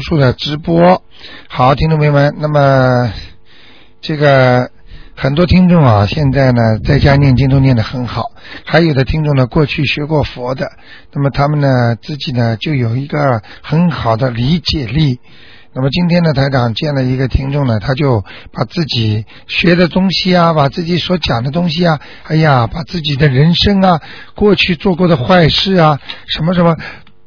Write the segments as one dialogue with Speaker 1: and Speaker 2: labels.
Speaker 1: 速的直播。好，听众朋友们，那么这个很多听众啊，现在呢在家念经都念得很好，还有的听众呢过去学过佛的，那么他们呢自己呢就有一个很好的理解力。那么今天呢，台长见了一个听众呢，他就把自己学的东西啊，把自己所讲的东西啊，哎呀，把自己的人生啊，过去做过的坏事啊，什么什么。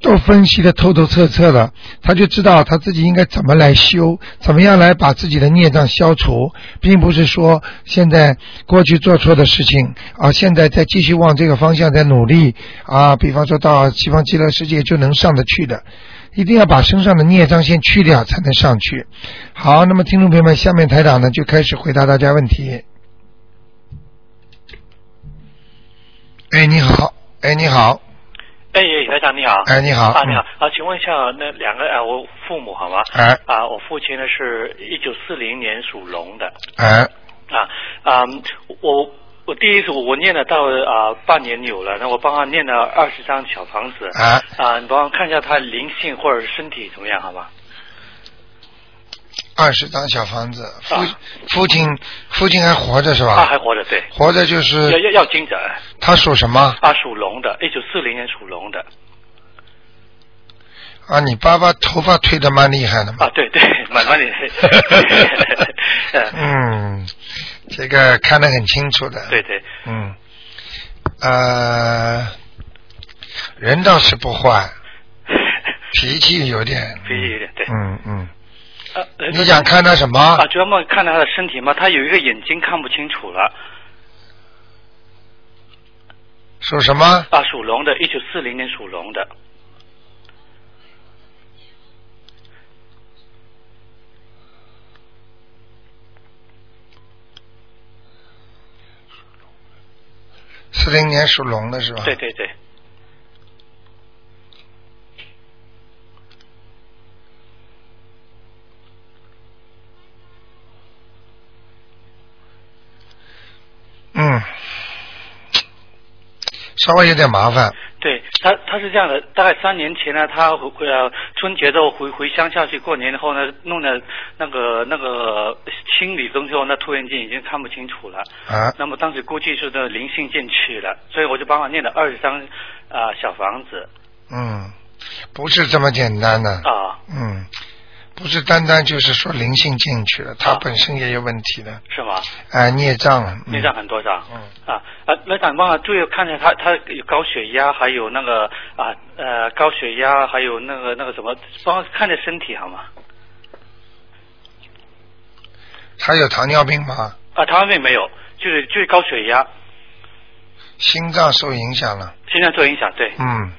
Speaker 1: 都分析的透透彻彻的，他就知道他自己应该怎么来修，怎么样来把自己的孽障消除，并不是说现在过去做错的事情啊，现在再继续往这个方向在努力啊，比方说到西方极乐世界就能上得去的，一定要把身上的孽障先去掉才能上去。好，那么听众朋友们，下面台长呢就开始回答大家问题。哎，你好，哎，你好。
Speaker 2: 哎，台长你好。
Speaker 1: 哎，你好。
Speaker 2: 啊，你好。啊，请问一下，那两个啊，我父母好吗？
Speaker 1: 哎。
Speaker 2: 啊，我父亲呢是一九四零年属龙的。
Speaker 1: 哎。
Speaker 2: 啊啊、嗯我我第一次我念了到啊、半年有了，那我帮他念了二十张小房子。
Speaker 1: 哎。
Speaker 2: 啊，你帮我看一下他灵性或者是身体怎么样好吗？
Speaker 1: 二十张小房子，父、
Speaker 2: 啊
Speaker 1: 父亲父亲还活着是吧？
Speaker 2: 他还活着对。
Speaker 1: 活着就是
Speaker 2: 要要要经者
Speaker 1: 他属什么
Speaker 2: 啊，属龙的，一九四零年属龙的
Speaker 1: 啊？你爸爸头发推的蛮厉害的 嘛。
Speaker 2: 啊，对对， 慢慢的。嗯
Speaker 1: 嗯，这个看得很清楚的。
Speaker 2: 对。对，
Speaker 1: 嗯，呃，人倒是不坏，嗯脾气有点。
Speaker 2: 脾气有点对。
Speaker 1: 嗯嗯，
Speaker 2: 啊 呃
Speaker 1: 你想看他什么
Speaker 2: 啊，？主要嘛看他的身体嘛，他有一个眼睛看不清楚了
Speaker 1: 属什么？
Speaker 2: 啊，属龙的，一九四零年属龙的
Speaker 1: 四零年属龙的是吧？
Speaker 2: 对。对对，
Speaker 1: 嗯，稍微有点麻烦。
Speaker 2: 对他他是这样的，大概三年前呢，他回回呃春节之后回回乡下去过年后呢，弄的那个那个清理东西后，那突然间已经看不清楚了。
Speaker 1: 啊，
Speaker 2: 那么当时估计是那灵性进去了，所以我就帮他念了二十张啊、小房子
Speaker 1: 嗯，不是这么简单的。
Speaker 2: 啊，
Speaker 1: 嗯，不是单单就是说灵性进去了，它
Speaker 2: 啊
Speaker 1: 本身也有问题的，
Speaker 2: 是吗？
Speaker 1: 哎，孽障。嗯
Speaker 2: 内脏。很多张。
Speaker 1: 嗯
Speaker 2: 啊啊，那长帮啊，注意看一下他，他有高血压，还有那个啊呃高血压，还有那个那个什么，帮他看着身体好吗？
Speaker 1: 他有糖尿病吗？
Speaker 2: 啊，糖尿病没有，就是就是高血压，
Speaker 1: 心脏受影响了。
Speaker 2: 心脏受影响，对，
Speaker 1: 嗯。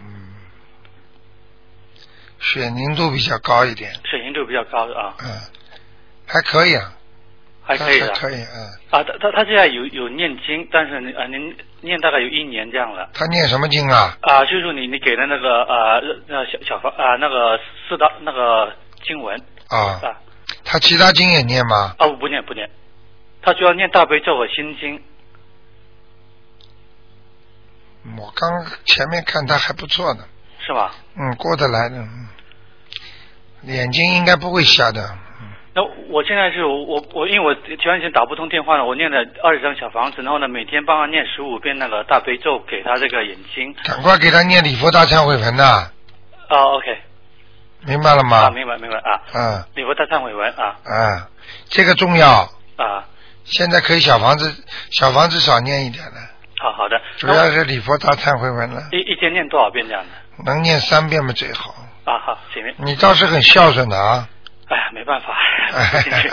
Speaker 1: 嗯，血凝嗯度比较高一点，
Speaker 2: 血凝度比较高啊，
Speaker 1: 嗯，还可以啊，
Speaker 2: 还可以的
Speaker 1: 还可以，嗯，
Speaker 2: 啊。他他他现在有有念经，但是啊，您念大概有一年这样了。
Speaker 1: 他念什么经啊？
Speaker 2: 啊，就是说你你给的那个呃那小小方啊那个四道那个经文
Speaker 1: 啊，
Speaker 2: 啊
Speaker 1: 他其他经也念吗？
Speaker 2: 啊我不念不念，他主要念大悲咒和心经
Speaker 1: 嗯我刚前面看他还不错呢，
Speaker 2: 是吧？
Speaker 1: 嗯，过得来的，嗯，眼睛应该不会瞎的，
Speaker 2: 那我现在是我我我，因为我前段时间打不通电话了，我念了二十张小房子，然后呢，每天帮他念十五遍那个大悲咒，给他这个眼睛。
Speaker 1: 赶快给他念礼佛大忏悔文呐、
Speaker 2: 哦，OK，
Speaker 1: 明白了
Speaker 2: 啊，
Speaker 1: 吗？
Speaker 2: 明白明白啊，
Speaker 1: 嗯
Speaker 2: 礼佛大忏悔文啊
Speaker 1: 嗯，这个重要。
Speaker 2: 啊，
Speaker 1: 现在可以小房子，小房子少念一点了，
Speaker 2: 好好的。
Speaker 1: 主
Speaker 2: 那
Speaker 1: 要是礼佛大忏悔文了，
Speaker 2: 一一天念多少遍这样的？
Speaker 1: 能念三遍嘛最好。
Speaker 2: 啊，好，行。
Speaker 1: 你倒是很孝顺的啊，
Speaker 2: 哎呀，没办法，进 去。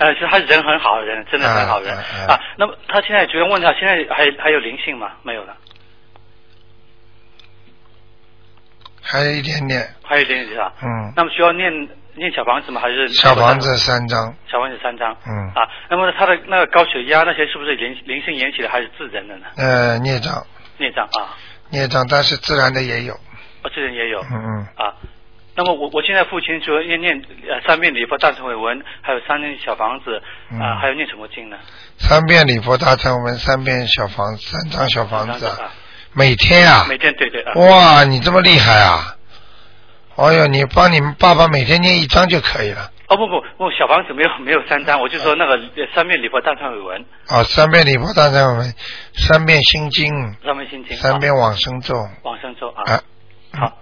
Speaker 2: 呃，是他人很好，人真的很好人
Speaker 1: 嗯嗯嗯
Speaker 2: 啊。那么他现在觉得问他现在还还有灵性吗？没有了，
Speaker 1: 还有一点点，
Speaker 2: 还有灵性啊。
Speaker 1: 嗯，
Speaker 2: 那么需要念念小房子吗？还是
Speaker 1: 小房子三张，
Speaker 2: 小房子三张。
Speaker 1: 嗯，
Speaker 2: 啊，那么他的那个高血压那些是不是灵灵性引起的，还是自然的呢？
Speaker 1: 呃，孽障，
Speaker 2: 孽障啊，
Speaker 1: 孽障，但是自然的也有，
Speaker 2: 哦，自然也有
Speaker 1: 嗯嗯，
Speaker 2: 啊。那么我我现在父亲说念念呃三遍礼佛大忏悔文，还有三念小房子
Speaker 1: 嗯
Speaker 2: 啊，还有念什么经呢？
Speaker 1: 三遍礼佛大忏悔文，三遍小房，三张小房
Speaker 2: 三
Speaker 1: 子
Speaker 2: 张
Speaker 1: 啊，
Speaker 2: 啊，
Speaker 1: 每天啊，
Speaker 2: 每天对对啊，
Speaker 1: 哇，你这么厉害啊！哎呦，你帮你爸爸每天念一张就可以了。
Speaker 2: 哦不不不，小房子没有没有三张，我就
Speaker 1: 嗯
Speaker 2: 说那个呃三遍礼佛大忏悔文，
Speaker 1: 啊，三遍礼佛大忏悔文，三遍心经，
Speaker 2: 上面心经，
Speaker 1: 三遍
Speaker 2: 啊
Speaker 1: 往生咒。
Speaker 2: 往上咒啊。
Speaker 1: 啊，
Speaker 2: 好，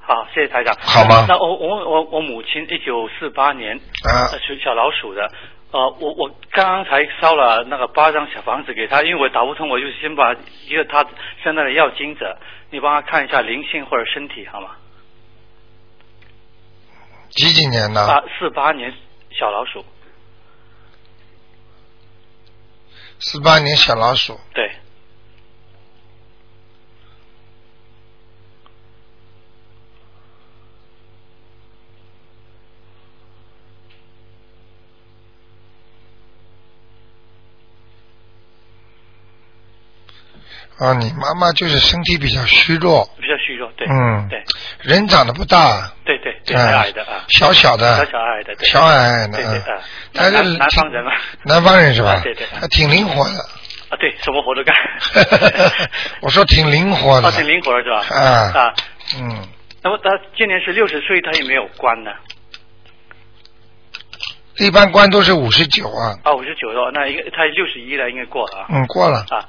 Speaker 2: 好，谢谢台长。
Speaker 1: 好吗
Speaker 2: 那我我我我母亲一九四八年，
Speaker 1: 啊
Speaker 2: 呃，属小老鼠的。呃，我我刚刚才烧了那个八张小房子给他，因为我打不通，我就先把一个他现在的要经者，你帮他看一下灵性或者身体好吗？
Speaker 1: 几几年的？
Speaker 2: 八啊四八年小老鼠，
Speaker 1: 四八年小老鼠，
Speaker 2: 对，
Speaker 1: 啊，你妈妈就是身体比较虚弱，
Speaker 2: 比较虚弱，对，
Speaker 1: 嗯
Speaker 2: 对
Speaker 1: 人长得不大，
Speaker 2: 对对对，
Speaker 1: 啊
Speaker 2: 矮矮的啊，
Speaker 1: 小小
Speaker 2: 小
Speaker 1: 的，
Speaker 2: 小矮矮的，对，
Speaker 1: 小矮矮的，
Speaker 2: 对对啊
Speaker 1: 嗯，但
Speaker 2: 南南
Speaker 1: 是
Speaker 2: 南方人嘛，
Speaker 1: 南方人是吧
Speaker 2: 啊？对对啊
Speaker 1: 还挺灵活 的。，
Speaker 2: 啊，对，什么活都干
Speaker 1: 我说挺灵活的
Speaker 2: 啊，，挺灵活的是吧？
Speaker 1: 啊
Speaker 2: 啊，
Speaker 1: 嗯，
Speaker 2: 那么他今年是六十岁，他也没有关呢。
Speaker 1: 一般关都是五十九啊，
Speaker 2: 啊，五十九了，那应该他六十一了，应该过了啊。
Speaker 1: 嗯，过了，
Speaker 2: 啊，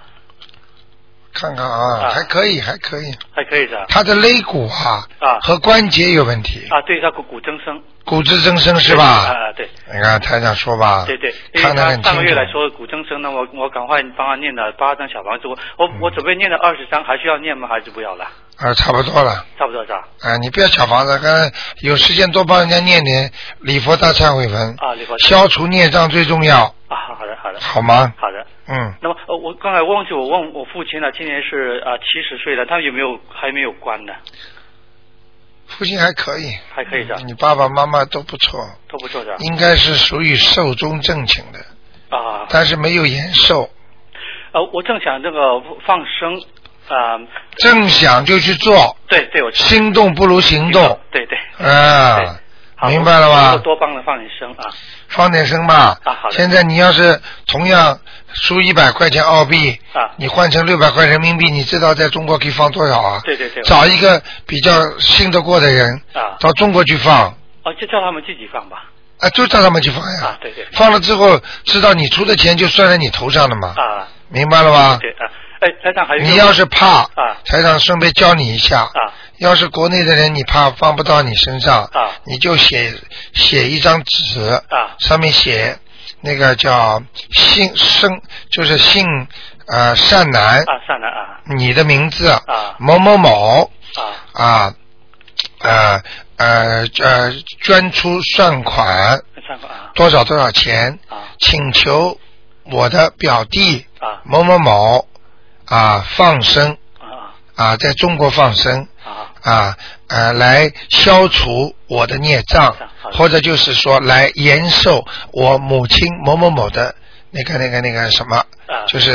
Speaker 1: 看看啊，
Speaker 2: 啊
Speaker 1: 还可以，还可以。
Speaker 2: 还可以的。
Speaker 1: 他的肋骨啊
Speaker 2: 啊
Speaker 1: 和关节有问题，
Speaker 2: 啊，对，他骨骨增生
Speaker 1: 骨质增生是吧？
Speaker 2: 啊，对
Speaker 1: 你看台长说吧，
Speaker 2: 对对，因为
Speaker 1: 看得
Speaker 2: 他
Speaker 1: 很清
Speaker 2: 上个月来
Speaker 1: 楚。
Speaker 2: 说骨增生呢，我我赶快帮他念了八张小房子，我我我准备念了二十张，还需要念吗？还是不要了？
Speaker 1: 啊，差不多了。
Speaker 2: 差不多是吧？
Speaker 1: 啊，你不要小房子，跟有时间多帮人家念念礼佛大忏悔文，
Speaker 2: 啊，李博士
Speaker 1: 消除孽障最重要，
Speaker 2: 啊，好的好的
Speaker 1: 好吗？
Speaker 2: 好的。
Speaker 1: 嗯，
Speaker 2: 那么呃，我刚才忘记我问我父亲了，今年是啊七十岁了，他有没有还没有关呢？
Speaker 1: 父亲还可以，
Speaker 2: 还可以的，
Speaker 1: 你爸爸妈妈都不错，
Speaker 2: 都不错的
Speaker 1: 应该是属于寿终正寝的，
Speaker 2: 啊。
Speaker 1: 但是没有延寿。
Speaker 2: 呃，我正想这个放生啊、
Speaker 1: 正想就去做，
Speaker 2: 对对，我知道
Speaker 1: 心动不如行动，
Speaker 2: 对对。
Speaker 1: 啊，
Speaker 2: 好
Speaker 1: 明白了吧
Speaker 2: 我多帮他放一声啊，
Speaker 1: 放点声吧。
Speaker 2: 啊好的
Speaker 1: 现在你要是同样输一百块钱澳币，
Speaker 2: 啊
Speaker 1: 你换成六百块人民币，你知道在中国可以放多少啊？
Speaker 2: 对对对
Speaker 1: 找一个比较信得过的人，
Speaker 2: 啊
Speaker 1: 到中国去放，
Speaker 2: 哦，就叫他们自己放吧。
Speaker 1: 啊，就叫他们去放呀。
Speaker 2: 啊，对对
Speaker 1: 放了之后，知道你出的钱就算在你头上了嘛，
Speaker 2: 啊，
Speaker 1: 明白了吧？
Speaker 2: 对啊，哎，台长还有一个
Speaker 1: 你要是怕，
Speaker 2: 啊
Speaker 1: 台长顺便教你一下，
Speaker 2: 啊
Speaker 1: 要是国内的人你怕放不到你身上，
Speaker 2: 啊
Speaker 1: 你就写写一张纸，
Speaker 2: 啊
Speaker 1: 上面写那个叫姓生，就是姓呃善男，
Speaker 2: 啊，算了啊
Speaker 1: 你的名字、
Speaker 2: 啊
Speaker 1: 某某某
Speaker 2: 啊
Speaker 1: 啊呃呃呃捐出善款
Speaker 2: 算了啊
Speaker 1: 多少多少钱，
Speaker 2: 啊
Speaker 1: 请求我的表弟
Speaker 2: 啊
Speaker 1: 某某某啊放生
Speaker 2: 啊
Speaker 1: 啊在中国放生。
Speaker 2: 啊
Speaker 1: 啊呃来消除我的孽障
Speaker 2: 好，的
Speaker 1: 或者就是说来延寿我母亲某某某的那个那个那个什么，
Speaker 2: 啊，
Speaker 1: 就是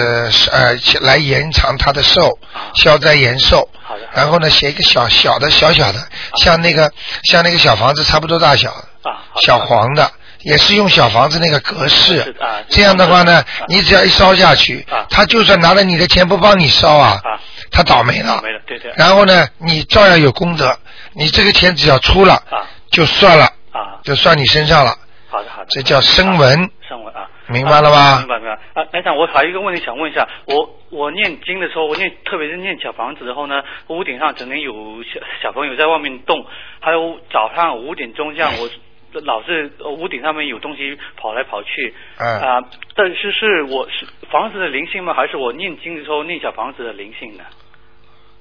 Speaker 1: 呃来延长她的寿
Speaker 2: 啊，
Speaker 1: 消灾延寿。
Speaker 2: 好的啊
Speaker 1: 然后呢，写一个小小的小小的，像那个像那个小房子差不多大小，
Speaker 2: 啊，好的
Speaker 1: 小黄的，也是用小房子那个格式
Speaker 2: 是。啊，
Speaker 1: 这样的话呢
Speaker 2: 啊，
Speaker 1: 你只要一烧下去
Speaker 2: 啊，
Speaker 1: 他就算拿了你的钱不帮你烧啊，
Speaker 2: 啊
Speaker 1: 他倒霉了。
Speaker 2: 没了，对对
Speaker 1: 然后呢，你照样有功德，你这个钱只要出了，
Speaker 2: 啊
Speaker 1: 就算了，
Speaker 2: 啊，
Speaker 1: 就算你身上了，
Speaker 2: 好的好的，
Speaker 1: 这叫声闻。
Speaker 2: 上文啊，
Speaker 1: 明白了吧
Speaker 2: 啊明白明白。啊，台长，我还有一个问题想问一下，我我念经的时候，我念特别是念小房子的时候呢，屋顶上整天有小小朋友在外面动，还有早上五点钟这样，
Speaker 1: 嗯
Speaker 2: 我老是呃屋顶上面有东西跑来跑去。
Speaker 1: 嗯
Speaker 2: 啊，但是是我是房子的灵性吗？还是我念经的时候念小房子的灵性呢？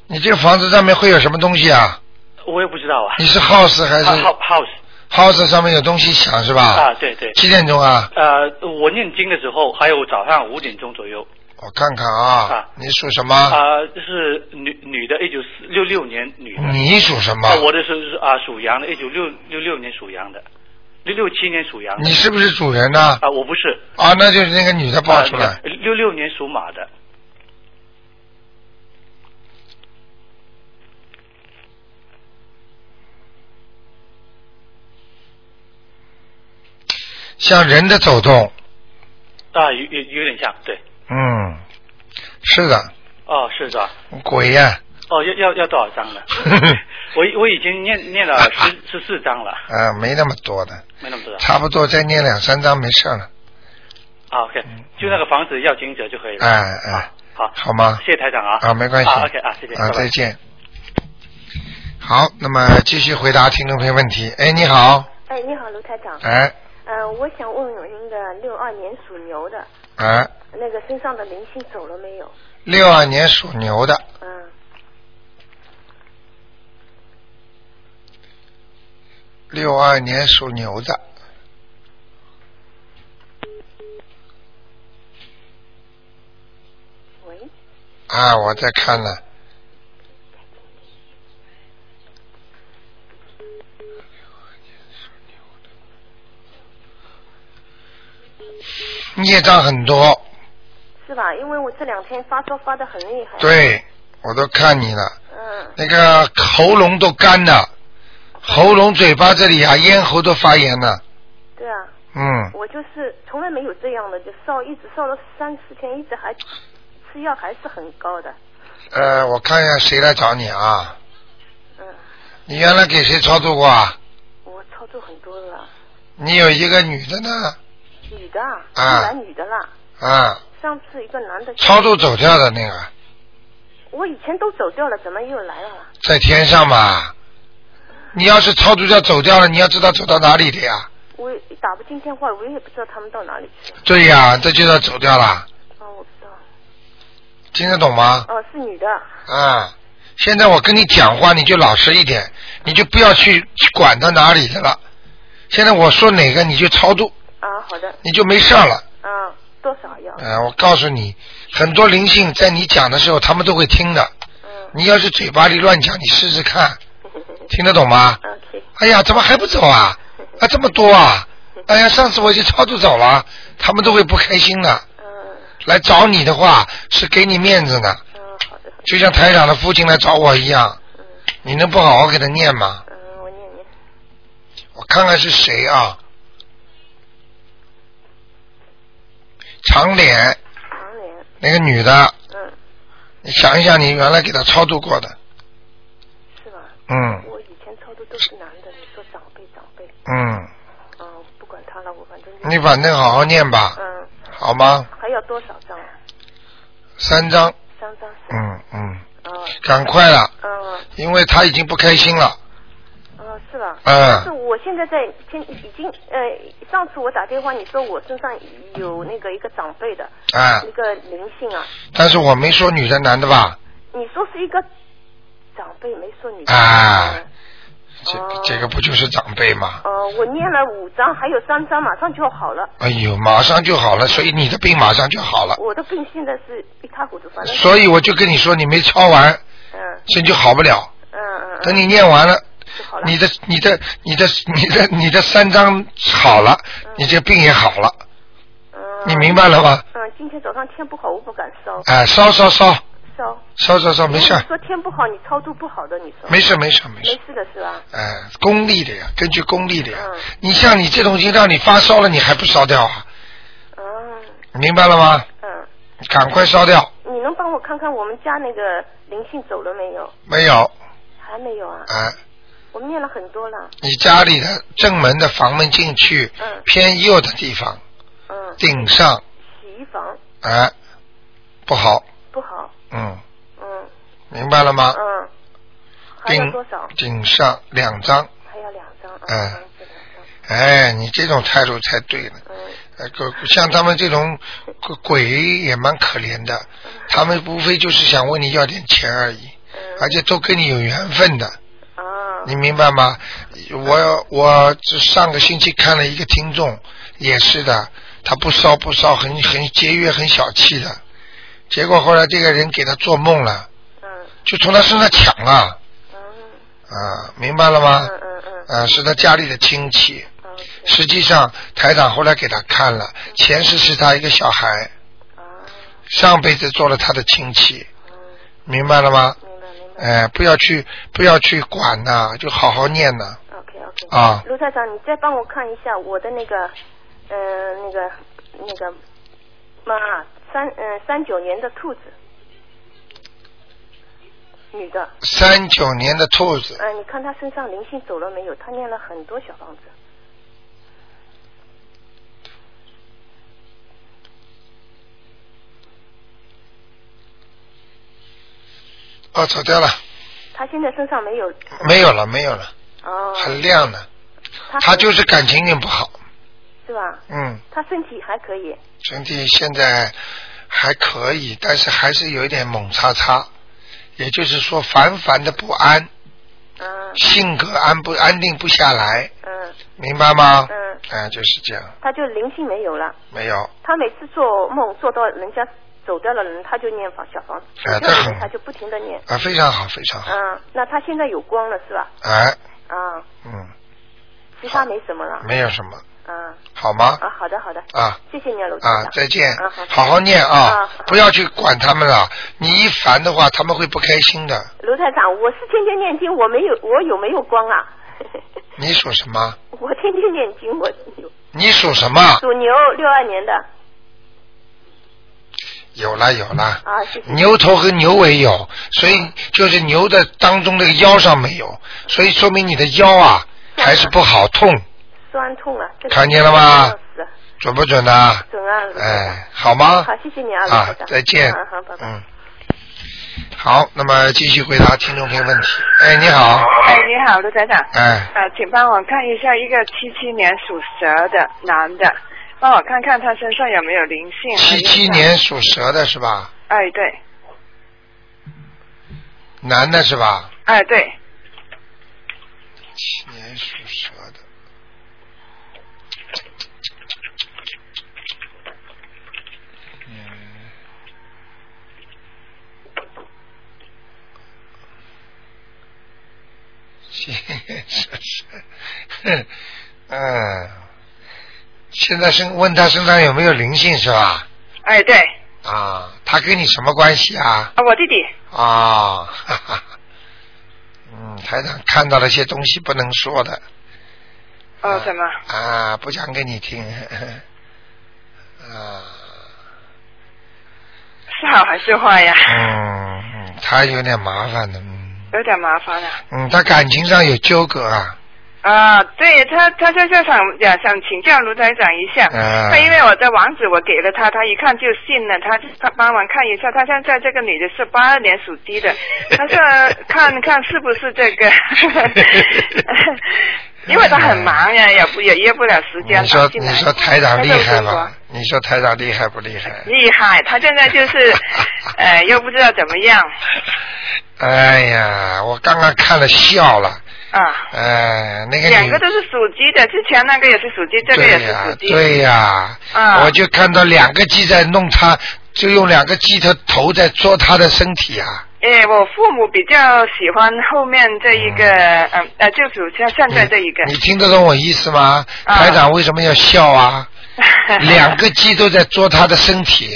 Speaker 1: 你这个房子上面会有什么东西啊？
Speaker 2: 我也不知道啊。
Speaker 1: 你是 house 还是
Speaker 2: house house
Speaker 1: house 上面有东西响是吧？
Speaker 2: 啊，对对。
Speaker 1: 几点钟啊？
Speaker 2: 呃，我念经的时候，还有早上五点钟左右。
Speaker 1: 我看看啊
Speaker 2: 啊，
Speaker 1: 你属什么？
Speaker 2: 啊、是女女的，一九六六年女的。
Speaker 1: 你属什么
Speaker 2: 啊，？我的是是啊，属羊的，一九六六六年属羊的，六六七年属羊的。
Speaker 1: 你是不是主人呢？
Speaker 2: 啊，我啊不是。
Speaker 1: 啊，那就是那个女的报出来。
Speaker 2: 六六年属马的。
Speaker 1: 像人的走动，
Speaker 2: 啊，有有有点像，对。
Speaker 1: 嗯，是的，
Speaker 2: 哦，是的。
Speaker 1: 鬼呀、
Speaker 2: 哦，要要要多少张呢？我我已经念念了 十十四张了，
Speaker 1: 啊，没那么多的，
Speaker 2: 没那么多张。
Speaker 1: 差不多再念两三张没事了。
Speaker 2: 啊，OK，就那个房子要经者就可以了。
Speaker 1: 嗯哎哎，
Speaker 2: 好，
Speaker 1: 好吗？
Speaker 2: 谢谢台长啊。
Speaker 1: 啊，没关系。
Speaker 2: 啊，OK 啊，谢谢。
Speaker 1: 啊，
Speaker 2: 拜拜
Speaker 1: 再见。好，那么继续回答听众朋友问题。哎，你好，
Speaker 3: 哎，你好，卢台长。
Speaker 1: 哎
Speaker 3: 呃，我想问问您的六二年属牛的
Speaker 1: 哎，
Speaker 3: 那个身上的灵性走了没有？
Speaker 1: 六二年属牛的，
Speaker 3: 嗯，
Speaker 1: 六二年属牛的。
Speaker 3: 喂，
Speaker 1: 啊，我在看呢。孽障很多，
Speaker 3: 是吧？因为我这两天发烧发的很厉害。。
Speaker 1: 对我都看你了，
Speaker 3: 嗯，
Speaker 1: 那个喉咙都干了，喉咙、嘴巴这里啊，咽喉都发炎了。
Speaker 3: 对啊，
Speaker 1: 嗯，
Speaker 3: 我就是从来没有这样的，就烧一直烧了三四天，一直还吃药还是很高的。
Speaker 1: 呃，我看一下谁来找你啊？
Speaker 3: 嗯，
Speaker 1: 你原来给谁操作过啊？
Speaker 3: 我操作很多了，
Speaker 1: 你有一个女的呢，
Speaker 3: 女的啊，
Speaker 1: 啊
Speaker 3: 后来女的啦。
Speaker 1: 啊，
Speaker 3: 上次一个男的
Speaker 1: 操作，走掉的那个，
Speaker 3: 我以前都走掉了，怎么又来了啊？
Speaker 1: 在天上嘛。你要是操作掉走掉了，你要知道走到哪里的呀？
Speaker 3: 我也打不进电话，我也不知道他们到哪里去了。
Speaker 1: 对呀，这就叫走掉了，
Speaker 3: 哦，我不知道。
Speaker 1: 听得懂吗？
Speaker 3: 哦，是女的。
Speaker 1: 啊，现在我跟你讲话，你就老实一点，你就不要去去管他哪里的了。现在我说哪个你就超度，
Speaker 3: 啊，好的。
Speaker 1: 你就没事儿了。
Speaker 3: 啊，多少要？
Speaker 1: 嗯、我告诉你，很多灵性在你讲的时候，他们都会听的。
Speaker 3: 嗯。
Speaker 1: 你要是嘴巴里乱讲，你试试看，听得懂吗？
Speaker 3: OK，
Speaker 1: 哎呀，怎么还不走啊？啊，这么多啊！哎呀，上次我已经超度走了，他们都会不开心的。
Speaker 3: 嗯
Speaker 1: 来找你的话是给你面子呢，
Speaker 3: 嗯，好的，好的
Speaker 1: 就像台长的父亲来找我一样，
Speaker 3: 嗯
Speaker 1: 你能不好好给他念吗？
Speaker 3: 嗯，我念念。
Speaker 1: 我看看是谁啊？长脸
Speaker 3: 长脸，
Speaker 1: 那个女的，
Speaker 3: 嗯，
Speaker 1: 你想一想，你原来给她超度过的，
Speaker 3: 是吧？
Speaker 1: 嗯
Speaker 3: 我以前操作都是男的，你说长辈长辈，
Speaker 1: 嗯，
Speaker 3: 嗯，不管他了，我反正就
Speaker 1: 你反正好好念吧，
Speaker 3: 嗯，
Speaker 1: 好吗？
Speaker 3: 还要多少张啊？
Speaker 1: 三张，
Speaker 3: 三张是吧？
Speaker 1: 嗯嗯，
Speaker 3: 嗯，
Speaker 1: 赶快了，
Speaker 3: 嗯
Speaker 1: 因为她已经不开心了，
Speaker 3: 嗯，是吧？但是
Speaker 1: 嗯，
Speaker 3: 我现在在现已经呃，上次我打电话你说我身上有那个一个长辈的
Speaker 1: 哎
Speaker 3: 一，个灵性啊，
Speaker 1: 但是我没说女的男的吧？
Speaker 3: 你说是一个长辈，没说你。
Speaker 1: 啊
Speaker 3: 嗯
Speaker 1: 这
Speaker 3: 哦
Speaker 1: 这个不就是长辈吗？
Speaker 3: 呃，我念了五张，还有三张，马上就要好了。
Speaker 1: 哎呦，马上就好了，所以你的病马上就好了，
Speaker 3: 我的病现在是一塌糊涂，反正
Speaker 1: 所以我就跟你说，你没抄完，
Speaker 3: 嗯
Speaker 1: 这就好不了。
Speaker 3: 嗯嗯，
Speaker 1: 等你念完了，
Speaker 3: 嗯就好了。
Speaker 1: 你的、你的、你的、你的、你的三张好了，你这病也好了，
Speaker 3: 嗯，
Speaker 1: 你明白了吗？
Speaker 3: 嗯，今天早上天不好，我不敢烧
Speaker 1: 哎，烧烧烧
Speaker 3: 烧。
Speaker 1: 烧烧烧，没事儿
Speaker 3: 你说天不好，你操作不好的，你说
Speaker 1: 没事儿没事儿没
Speaker 3: 没
Speaker 1: 事儿，
Speaker 3: 事的是吧？
Speaker 1: 哎，功利的呀，根据功利的呀
Speaker 3: 嗯。
Speaker 1: 你像你这种已经让你发烧了，你还不烧掉啊？
Speaker 3: 嗯
Speaker 1: 明白了吗？
Speaker 3: 嗯，
Speaker 1: 赶快烧掉，
Speaker 3: 你能帮我看看我们家那个灵性走了没有？
Speaker 1: 没有？
Speaker 3: 还没有啊？
Speaker 1: 哎，
Speaker 3: 我念了很多了，
Speaker 1: 你家里的正门的房门进去
Speaker 3: 嗯
Speaker 1: 偏右的地方
Speaker 3: 嗯，
Speaker 1: 顶上，
Speaker 3: 洗衣房
Speaker 1: 哎，不好，
Speaker 3: 不好，
Speaker 1: 嗯，
Speaker 3: 嗯
Speaker 1: 明白了吗？
Speaker 3: 嗯，还
Speaker 1: 顶
Speaker 3: 要多少？
Speaker 1: 顶上两张，
Speaker 3: 还要两张啊，
Speaker 1: 嗯
Speaker 3: 房子两张，
Speaker 1: 哎，你这种态度才对呢。
Speaker 3: 嗯
Speaker 1: 呃，个像他们这种鬼鬼也蛮可怜的，他们无非就是想问你要点钱而已，
Speaker 3: 嗯，
Speaker 1: 而且都跟你有缘分的，
Speaker 3: 啊，
Speaker 1: 你明白吗？我我这上个星期看了一个听众，也是的，他不烧不烧，很很节约，很小气的，结果后来这个人给他做梦了，
Speaker 3: 嗯
Speaker 1: 就从他身上抢了
Speaker 3: 嗯
Speaker 1: 啊，明白了吗
Speaker 3: 嗯？嗯嗯
Speaker 1: 啊，是他家里的亲戚，
Speaker 3: 嗯，OK，
Speaker 1: 实际上台长后来给他看了，前世是他一个小孩。
Speaker 3: 啊，
Speaker 1: 上辈子做了他的亲戚，
Speaker 3: 嗯，
Speaker 1: 明白了吗？
Speaker 3: 明白明白
Speaker 1: 哎、不要去不要去管呐、就好好念呐、
Speaker 3: ，OK OK，
Speaker 1: 啊
Speaker 3: 卢台长，你再帮我看一下我的那个，呃，那个那个呃妈三嗯三九年的兔子，女的，
Speaker 1: 三九年的兔子，
Speaker 3: 嗯，你看她身上灵性走了没有？她念了很多小房子，
Speaker 1: 哦，走掉了，
Speaker 3: 她现在身上没有。
Speaker 1: 没有了，没有了，
Speaker 3: 哦，
Speaker 1: 很亮的。
Speaker 3: 她
Speaker 1: 他就是感情运不好，
Speaker 3: 是吧？
Speaker 1: 嗯，
Speaker 3: 她身体还可以，
Speaker 1: 身体现在还可以，但是还是有一点猛叉叉，也就是说烦烦的不安，
Speaker 3: 嗯
Speaker 1: 性格安不安定不下来，
Speaker 3: 嗯
Speaker 1: 明白吗？
Speaker 3: 嗯，
Speaker 1: 哎，就是这样，
Speaker 3: 她就灵性没有了。
Speaker 1: 没有，
Speaker 3: 她每次做梦做到人家走掉了人，她就念房小房子，
Speaker 1: 哎
Speaker 3: 走掉
Speaker 1: 这
Speaker 3: 了
Speaker 1: 很
Speaker 3: 人她就不停的念。
Speaker 1: 啊，非常好，非常好，
Speaker 3: 嗯，那她现在有光了是吧？
Speaker 1: 哎，
Speaker 3: 啊，
Speaker 1: 嗯，
Speaker 3: 其他没什么了。
Speaker 1: 没有什么，
Speaker 3: 嗯
Speaker 1: 好吗？
Speaker 3: 啊，好的好的，
Speaker 1: 啊
Speaker 3: 谢谢你啊，罗台
Speaker 1: 啊
Speaker 3: 长。，
Speaker 1: 再见
Speaker 3: 啊好，
Speaker 1: 好好念啊
Speaker 3: 啊，
Speaker 1: 不要去管他们了，你一烦的话，他们会不开心的。
Speaker 3: 卢台长，我是天天念经，我没有，我有没有光啊？
Speaker 1: 你属什么？
Speaker 3: 我天天念经，我有
Speaker 1: 你属什么？
Speaker 3: 属牛，六二年的
Speaker 1: 有了，有了。
Speaker 3: 啊，谢谢。
Speaker 1: 牛头和牛尾有，所以就是牛的当中这个腰上没有，所以说明你的腰啊还是不好痛，
Speaker 3: 酸痛啊，这个
Speaker 1: 看见了吗
Speaker 3: 要死，
Speaker 1: 准不准呢？
Speaker 3: 准啊，卢台
Speaker 1: 哎，好吗
Speaker 3: 长。？好，谢谢你啊，卢
Speaker 1: 啊
Speaker 3: 台长。，
Speaker 1: 再见
Speaker 3: 好好，拜。拜。
Speaker 1: 嗯，好，那么继续回答听众朋友问题。哎，你好，
Speaker 4: 哎，你好，卢台长。
Speaker 1: 哎，
Speaker 4: 呃，请帮我看一下一个七七年属蛇的男的，帮我看看他身上有没有灵性。
Speaker 1: 哎
Speaker 4: 啊
Speaker 1: 七七。年属蛇的是吧？
Speaker 4: 哎，对，
Speaker 1: 男的是吧？
Speaker 4: 哎对，
Speaker 1: 七年属蛇的。嗯。现在，嗯，现在身问他身上有没有灵性是吧？
Speaker 4: 哎对，
Speaker 1: 啊，他跟你什么关系啊？
Speaker 4: 啊我弟弟，
Speaker 1: 啊，哈哈，嗯，台长看到了些东西不能说的。
Speaker 4: 哦怎么？
Speaker 1: 啊，不讲给你听。 啊，
Speaker 4: 是好还是坏呀？
Speaker 1: 嗯，嗯他有点麻烦的，嗯，
Speaker 4: 有点麻烦啊。
Speaker 1: 嗯，他感情上有纠葛啊，
Speaker 4: 啊，对他，他在这想也想请教卢台长一下。
Speaker 1: 嗯
Speaker 4: 他因为我的网址我给了他，他一看就信了，他就他帮忙看一下，他现在这个女的是八二年属鸡的，他说看看是不是这个，因为他很忙呀，也不也约不了时间。
Speaker 1: 啊你说
Speaker 4: 打进
Speaker 1: 你
Speaker 4: 来
Speaker 1: 说台长厉害？
Speaker 4: 他就说
Speaker 1: 吧？你说台长厉害不厉害？
Speaker 4: 厉害，他现 在就是，呃，又不知道怎么样
Speaker 1: 哎呀，我刚刚看了笑了，
Speaker 4: 啊。
Speaker 1: 哎，那个
Speaker 4: 两
Speaker 1: 女
Speaker 4: 个都是属鸡的，之前那个也是属鸡，这个也
Speaker 1: 对
Speaker 4: 是
Speaker 1: 呀、
Speaker 4: 属鸡。
Speaker 1: 对呀、
Speaker 4: 啊
Speaker 1: 我就看到两个鸡在弄他，就用两个鸡的头在捉他的身体啊。
Speaker 4: 哎，我父母比较喜欢后面这一个，嗯，呃，就属像现在这一个
Speaker 1: 你，你听得懂我意思吗？
Speaker 4: 啊
Speaker 1: 台长为什么要笑啊？ 两个鸡都在捉他的身体。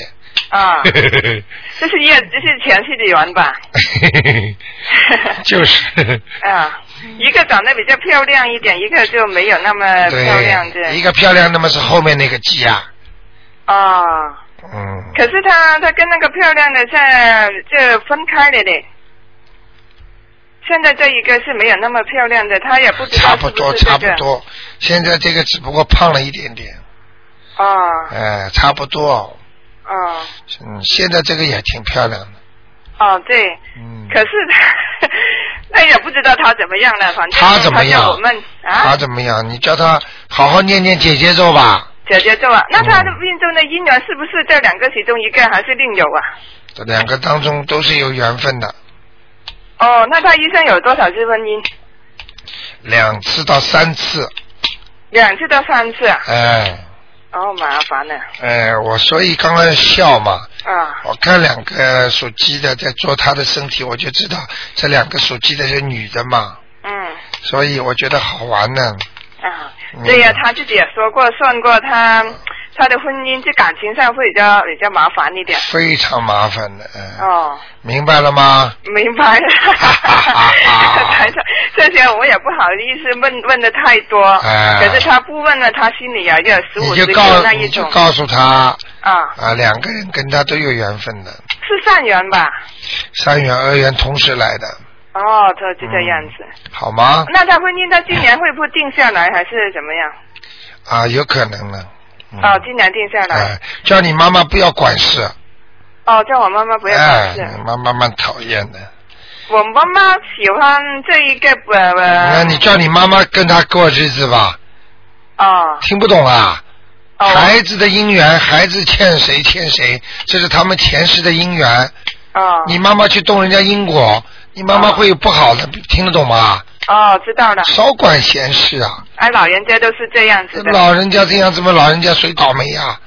Speaker 4: 啊，这是业，这是前世的缘吧？
Speaker 1: 就是，
Speaker 4: 啊，一个长得比较漂亮一点，一个就没有那么呃漂亮
Speaker 1: 对，一
Speaker 4: 的。
Speaker 1: 个漂亮，那么是后面那个鸡啊。
Speaker 4: 啊，
Speaker 1: 嗯，
Speaker 4: 可是他他跟那个漂亮的在这分开了的。现在这一个是没有那么漂亮的，他也不知
Speaker 1: 嗯差
Speaker 4: 道
Speaker 1: 不
Speaker 4: 是
Speaker 1: 多，
Speaker 4: 是
Speaker 1: 差
Speaker 4: 这
Speaker 1: 不
Speaker 4: 个。
Speaker 1: 多。现在这个只不过胖了一点点，
Speaker 4: 啊
Speaker 1: 哎，差不多。
Speaker 4: 啊
Speaker 1: 嗯，现在这个也挺漂亮的。
Speaker 4: 啊！对，
Speaker 1: 嗯，
Speaker 4: 可是他， 那也不知道他怎么样了，反正
Speaker 1: 他怎么样
Speaker 4: 他叫我们
Speaker 1: 他
Speaker 4: 啊，
Speaker 1: 怎么样？你叫他好好念念姐姐咒吧。
Speaker 4: 姐姐咒啊，那他的命中的姻缘是不是这两个其中一个还是另有啊？
Speaker 1: 这两个当中都是有缘分的，
Speaker 4: 哦，那他一生有多少次婚姻？
Speaker 1: 两次到三次。
Speaker 4: 两次到三次啊？
Speaker 1: 哎
Speaker 4: 哦，麻烦了
Speaker 1: 哎，我所以刚刚笑嘛，
Speaker 4: 啊！
Speaker 1: 我哦看两个属鸡的在做他的身体，我就知道这两个属鸡的是女的嘛，
Speaker 4: 嗯
Speaker 1: 所以我觉得好玩呢。
Speaker 4: 啊
Speaker 1: 嗯，
Speaker 4: 对呀、他自己也说过算过他，他的婚姻这感情上会比较比较麻烦一点。
Speaker 1: 非常麻烦的，嗯，
Speaker 4: 哦，
Speaker 1: 明白了吗？
Speaker 4: 明 白了，台长，这些我也不好意思问问的太多，
Speaker 1: 哎
Speaker 4: 可是他不问了，他心里啊就有十五
Speaker 1: 你就
Speaker 4: 十六
Speaker 1: 告
Speaker 4: 那
Speaker 1: 你
Speaker 4: 一
Speaker 1: 就
Speaker 4: 种
Speaker 1: 告诉他
Speaker 4: 啊，
Speaker 1: 啊，两个人跟他都有缘分的，
Speaker 4: 是是善缘吧？
Speaker 1: 三元、二元同时来的，
Speaker 4: 哦，他就这样子。
Speaker 1: 好吗？
Speaker 4: 那他婚姻他今年会不会定下来，还是怎么样？
Speaker 1: 啊，有可能呢。嗯、
Speaker 4: 哦，今年定下来。
Speaker 1: 哎，叫你妈妈不要管事，
Speaker 4: 哦，叫我妈妈不要管事。
Speaker 1: 哎，妈妈蛮讨厌的。
Speaker 4: 我妈妈喜欢这一个呃。
Speaker 1: 那
Speaker 4: 呃
Speaker 1: 你叫你妈妈跟她过日子吧，
Speaker 4: 哦
Speaker 1: 听不懂啊？
Speaker 4: 哦
Speaker 1: 孩子的姻缘，孩子欠谁欠谁，这是他们前世的姻缘。
Speaker 4: 哦
Speaker 1: 你妈妈去动人家因果，你妈妈
Speaker 4: 哦
Speaker 1: 会有不好的，听得懂吗？
Speaker 4: 哦，知道了。
Speaker 1: 少管闲事啊！
Speaker 4: 哎，老人家都是这样子 的。
Speaker 1: 老人家这样，怎么老人家谁倒霉呀、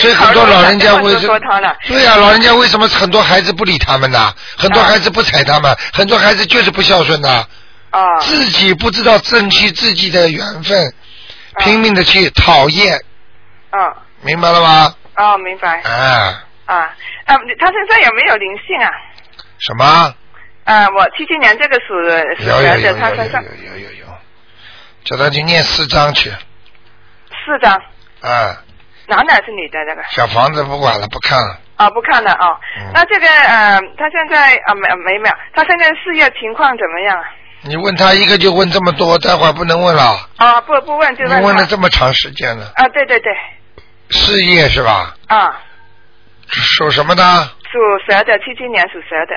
Speaker 1: 所以
Speaker 4: 好
Speaker 1: 很多老人家
Speaker 4: 我
Speaker 1: 为
Speaker 4: 就
Speaker 1: 什
Speaker 4: 说他了。
Speaker 1: 对呀、老人家为什么很多孩子不理他们呢？很
Speaker 4: 啊
Speaker 1: 多孩子不睬他们，很多孩子就是不孝顺呐，
Speaker 4: 哦
Speaker 1: 自己不知道珍惜自己的缘分，
Speaker 4: 啊
Speaker 1: 拼命的去讨厌，
Speaker 4: 哦
Speaker 1: 明白了吗？
Speaker 4: 哦，明白
Speaker 1: 啊，
Speaker 4: 啊啊！他身上有没有灵性啊？
Speaker 1: 什么？
Speaker 4: 啊，我七七年这个属属
Speaker 1: 有有有
Speaker 4: 蛇
Speaker 1: 有
Speaker 4: 的，他
Speaker 1: 有
Speaker 4: 身上
Speaker 1: 有有有有，叫他去念四章去
Speaker 4: 四张，
Speaker 1: 啊！
Speaker 4: 男的还是女的？那个
Speaker 1: 小房子不管了，不看了，
Speaker 4: 哦，不看了哦
Speaker 1: 嗯。
Speaker 4: 那这个呃，他现在啊没没没有，他现在事业情况怎么样啊？
Speaker 1: 你问他一个就问这么多，待会儿不能问了，
Speaker 4: 啊，不不问就
Speaker 1: 你
Speaker 4: 问他。
Speaker 1: 问了这么长时间了，
Speaker 4: 啊，对对对，
Speaker 1: 事业是吧？
Speaker 4: 啊，
Speaker 1: 属什么的？
Speaker 4: 属蛇的，七七年属蛇的。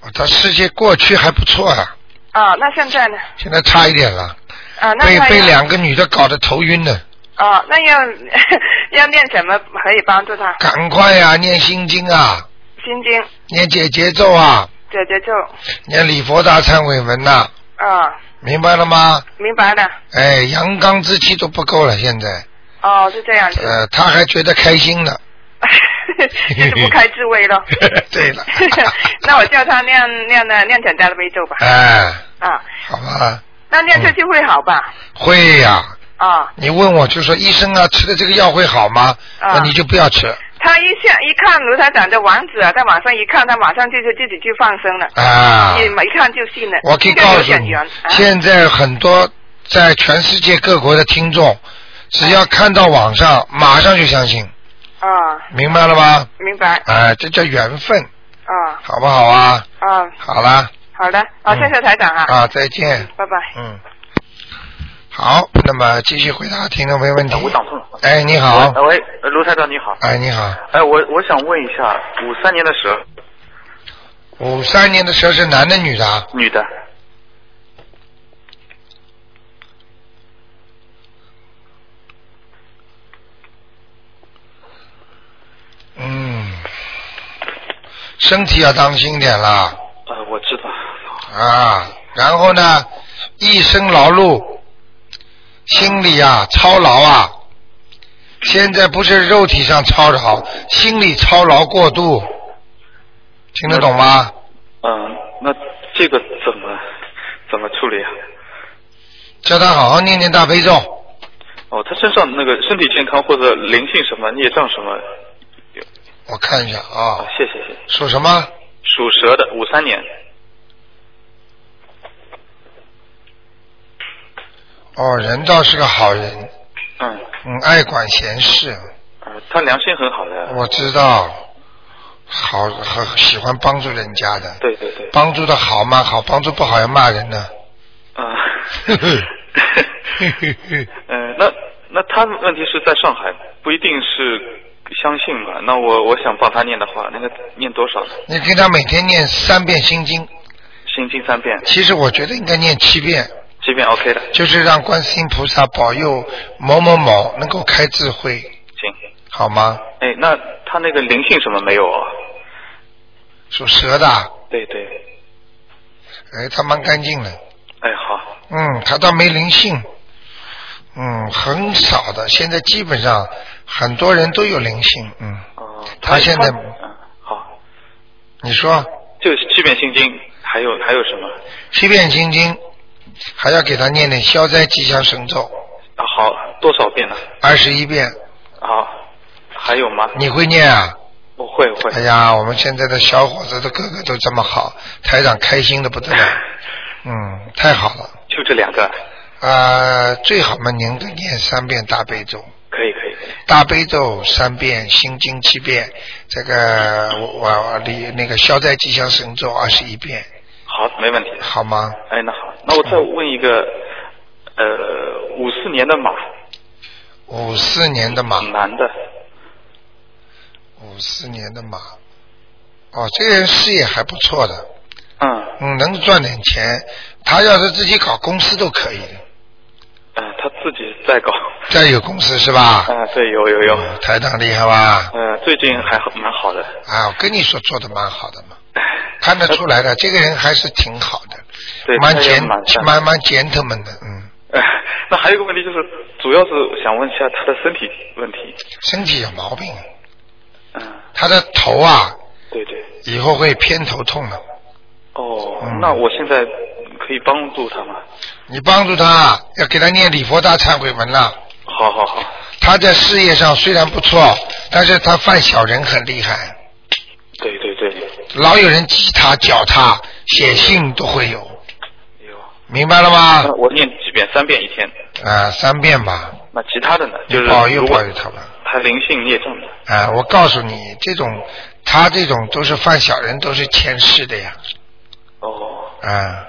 Speaker 1: 哦他事业过去还不错啊，
Speaker 4: 啊，那现在呢？
Speaker 1: 现在差一点了，
Speaker 4: 啊，那
Speaker 1: 被
Speaker 4: 他
Speaker 1: 被
Speaker 4: 要
Speaker 1: 两个女的搞得头晕了。
Speaker 4: 哦，那要 要念什么可以帮助他？
Speaker 1: 赶快呀、念心经啊，
Speaker 4: 心经、
Speaker 1: 念解节奏啊，
Speaker 4: 姐姐咒，
Speaker 1: 念礼佛大忏悔文呐、
Speaker 4: 哦，
Speaker 1: 明白了吗？
Speaker 4: 明白了。
Speaker 1: 哎，阳刚之气都不够了，现在，
Speaker 4: 哦，是这样子，
Speaker 1: 呃，他还觉得开心呢。
Speaker 4: 就是不开智慧咯。，
Speaker 1: 对了
Speaker 4: 那我叫他念念呢，念简单的悲咒吧。
Speaker 1: 哎，
Speaker 4: 啊，
Speaker 1: 好吧，
Speaker 4: 那念下去会好吧？
Speaker 1: 会呀、
Speaker 4: 啊，
Speaker 1: 你问我就说医生啊，吃的这个药会好吗？
Speaker 4: 啊
Speaker 1: 那你就不要吃
Speaker 4: 他一下一看卢台长的网址啊，他网上一看，他马上就是自己就放生了，
Speaker 1: 啊。
Speaker 4: 一一看就信了。
Speaker 1: 我可以
Speaker 4: 应该
Speaker 1: 告
Speaker 4: 有
Speaker 1: 诉
Speaker 4: 点
Speaker 1: 你
Speaker 4: 缘，啊
Speaker 1: 现在很多在全世界各国的听众，只要看到网上，马上就相信，
Speaker 4: 啊，
Speaker 1: 明白了吗？
Speaker 4: 明白
Speaker 1: 哎，这叫缘分，
Speaker 4: 啊
Speaker 1: 好不好啊？
Speaker 4: 啊，
Speaker 1: 好啦，
Speaker 4: 好的，啊，
Speaker 1: 嗯
Speaker 4: 谢谢台长啊，
Speaker 1: 啊，再见。
Speaker 4: 拜拜。
Speaker 1: 嗯，好，那么继续回答听众朋友问题
Speaker 2: 哎。我打通了。
Speaker 1: 哎，你好，
Speaker 2: 喂，呃卢台长你好。
Speaker 1: 哎，你好，
Speaker 2: 哎，我我想问一下，五三年的蛇，
Speaker 1: 五三年的蛇是男的女的啊？
Speaker 2: 女的，
Speaker 1: 嗯，身体要当心点啦
Speaker 2: 呃，我知道。
Speaker 1: 啊。然后呢，一生劳碌，心里啊操劳啊，现在不是肉体上操劳，心理操劳过度，听得懂吗？
Speaker 2: 嗯，那这个怎么怎么处理啊？
Speaker 1: 叫他好好念念大悲咒，
Speaker 2: 哦，他身上那个身体健康或者灵性什么孽障什么？
Speaker 1: 我看一下啊
Speaker 2: 哦，，谢谢谢谢。
Speaker 1: 属什么？
Speaker 2: 属蛇的，五三年。
Speaker 1: 哦，人倒是个好人，
Speaker 2: 嗯，
Speaker 1: 嗯，爱管闲事，
Speaker 2: 呃，他良心很好的。
Speaker 1: 我知道，好很喜欢帮助人家的。
Speaker 2: 对对对。
Speaker 1: 帮助的好嘛好，帮助不好要骂人呢。
Speaker 2: 啊
Speaker 1: 呵呵嘿嘿嘿
Speaker 2: 嗯，那那他问题是在上海，不一定是相信嘛。那我我想帮他念的话，那个念多少呢？
Speaker 1: 你给他每天念三遍心经，
Speaker 2: 心经三遍，
Speaker 1: 其实我觉得应该念七遍，
Speaker 2: 这遍 OK 的，
Speaker 1: 就是让观世音菩萨保佑某某某能够开智慧，
Speaker 2: 行。
Speaker 1: 好吗？
Speaker 2: 哎，那他那个灵性什么没有啊？
Speaker 1: 属蛇的，
Speaker 2: 对对，
Speaker 1: 哎，他蛮干净的，
Speaker 2: 哎好，
Speaker 1: 嗯，他倒没灵性，嗯，很少的，现在基本上很多人都有灵性，嗯，
Speaker 2: 哦、
Speaker 1: 他现在
Speaker 2: 嗯好，
Speaker 1: 你说
Speaker 2: 就七遍心经，还有还有什么？
Speaker 1: 七遍心经，还要给他念念消灾吉祥神咒
Speaker 2: 啊好，多少遍呢？
Speaker 1: 二十一遍，
Speaker 2: 好，还有吗？
Speaker 1: 你会念啊？
Speaker 2: 我会会
Speaker 1: 哎。呀，我们现在的小伙子的个个都这么好，台长开心的不得了。嗯，太好了。
Speaker 2: 就这两个，
Speaker 1: 啊，最好嘛，您得念三遍大悲咒，
Speaker 2: 可以可以。可以
Speaker 1: 大悲咒三遍，心经七遍，这个我我离那个消灾吉祥神咒二十一遍，
Speaker 5: 好，没问题。
Speaker 1: 好吗？
Speaker 5: 哎，那好，那我再问一个，呃，五四年的马，
Speaker 1: 五四年的马，
Speaker 5: 男的，
Speaker 1: 五四年的马，哦，这个人事业还不错的，
Speaker 5: 嗯，
Speaker 1: 嗯，能赚点钱。他要是自己搞公司都可以的，
Speaker 5: 呃，他自己在 搞，
Speaker 1: 再有公司是吧？
Speaker 5: 啊、对，有有有，
Speaker 1: 嗯台长厉害吧？
Speaker 5: 呃，最近还好蛮好的，
Speaker 1: 啊，我跟你说做的蛮好的嘛，
Speaker 2: 哎
Speaker 1: 看得出来的，这个人还是挺好的，
Speaker 5: 对，
Speaker 1: 蛮
Speaker 5: 他也
Speaker 1: 简
Speaker 5: 蛮善良
Speaker 1: 蛮蛮 gentleman 的，嗯，
Speaker 5: 呃 那还有一个问题就是，主要是想问一下他的身体问题。
Speaker 1: 身体有毛病，
Speaker 5: 嗯，
Speaker 1: 他的头啊
Speaker 5: 对对。
Speaker 1: 以后会偏头痛的，
Speaker 5: 哦，
Speaker 1: 嗯
Speaker 5: 那我现在可以帮助他吗？
Speaker 1: 你帮助他要给他念礼佛大忏悔文了。
Speaker 5: 好好好，
Speaker 1: 他在事业上虽然不错，但是他犯小人很厉害，
Speaker 5: 对对对，
Speaker 1: 老有人挤他、搅他，写信都会有，
Speaker 5: 有。
Speaker 1: 明白了吗
Speaker 5: 哎那？我念几遍？三遍一天。
Speaker 1: 啊，三遍吧，
Speaker 5: 那其他的呢？就是
Speaker 1: 保佑
Speaker 5: 如果
Speaker 1: 保佑他吧。
Speaker 5: 他灵性孽障的。
Speaker 1: 啊，我告诉你，这种他这种都是犯小人，都是前世的呀，
Speaker 5: 哦，
Speaker 1: 啊，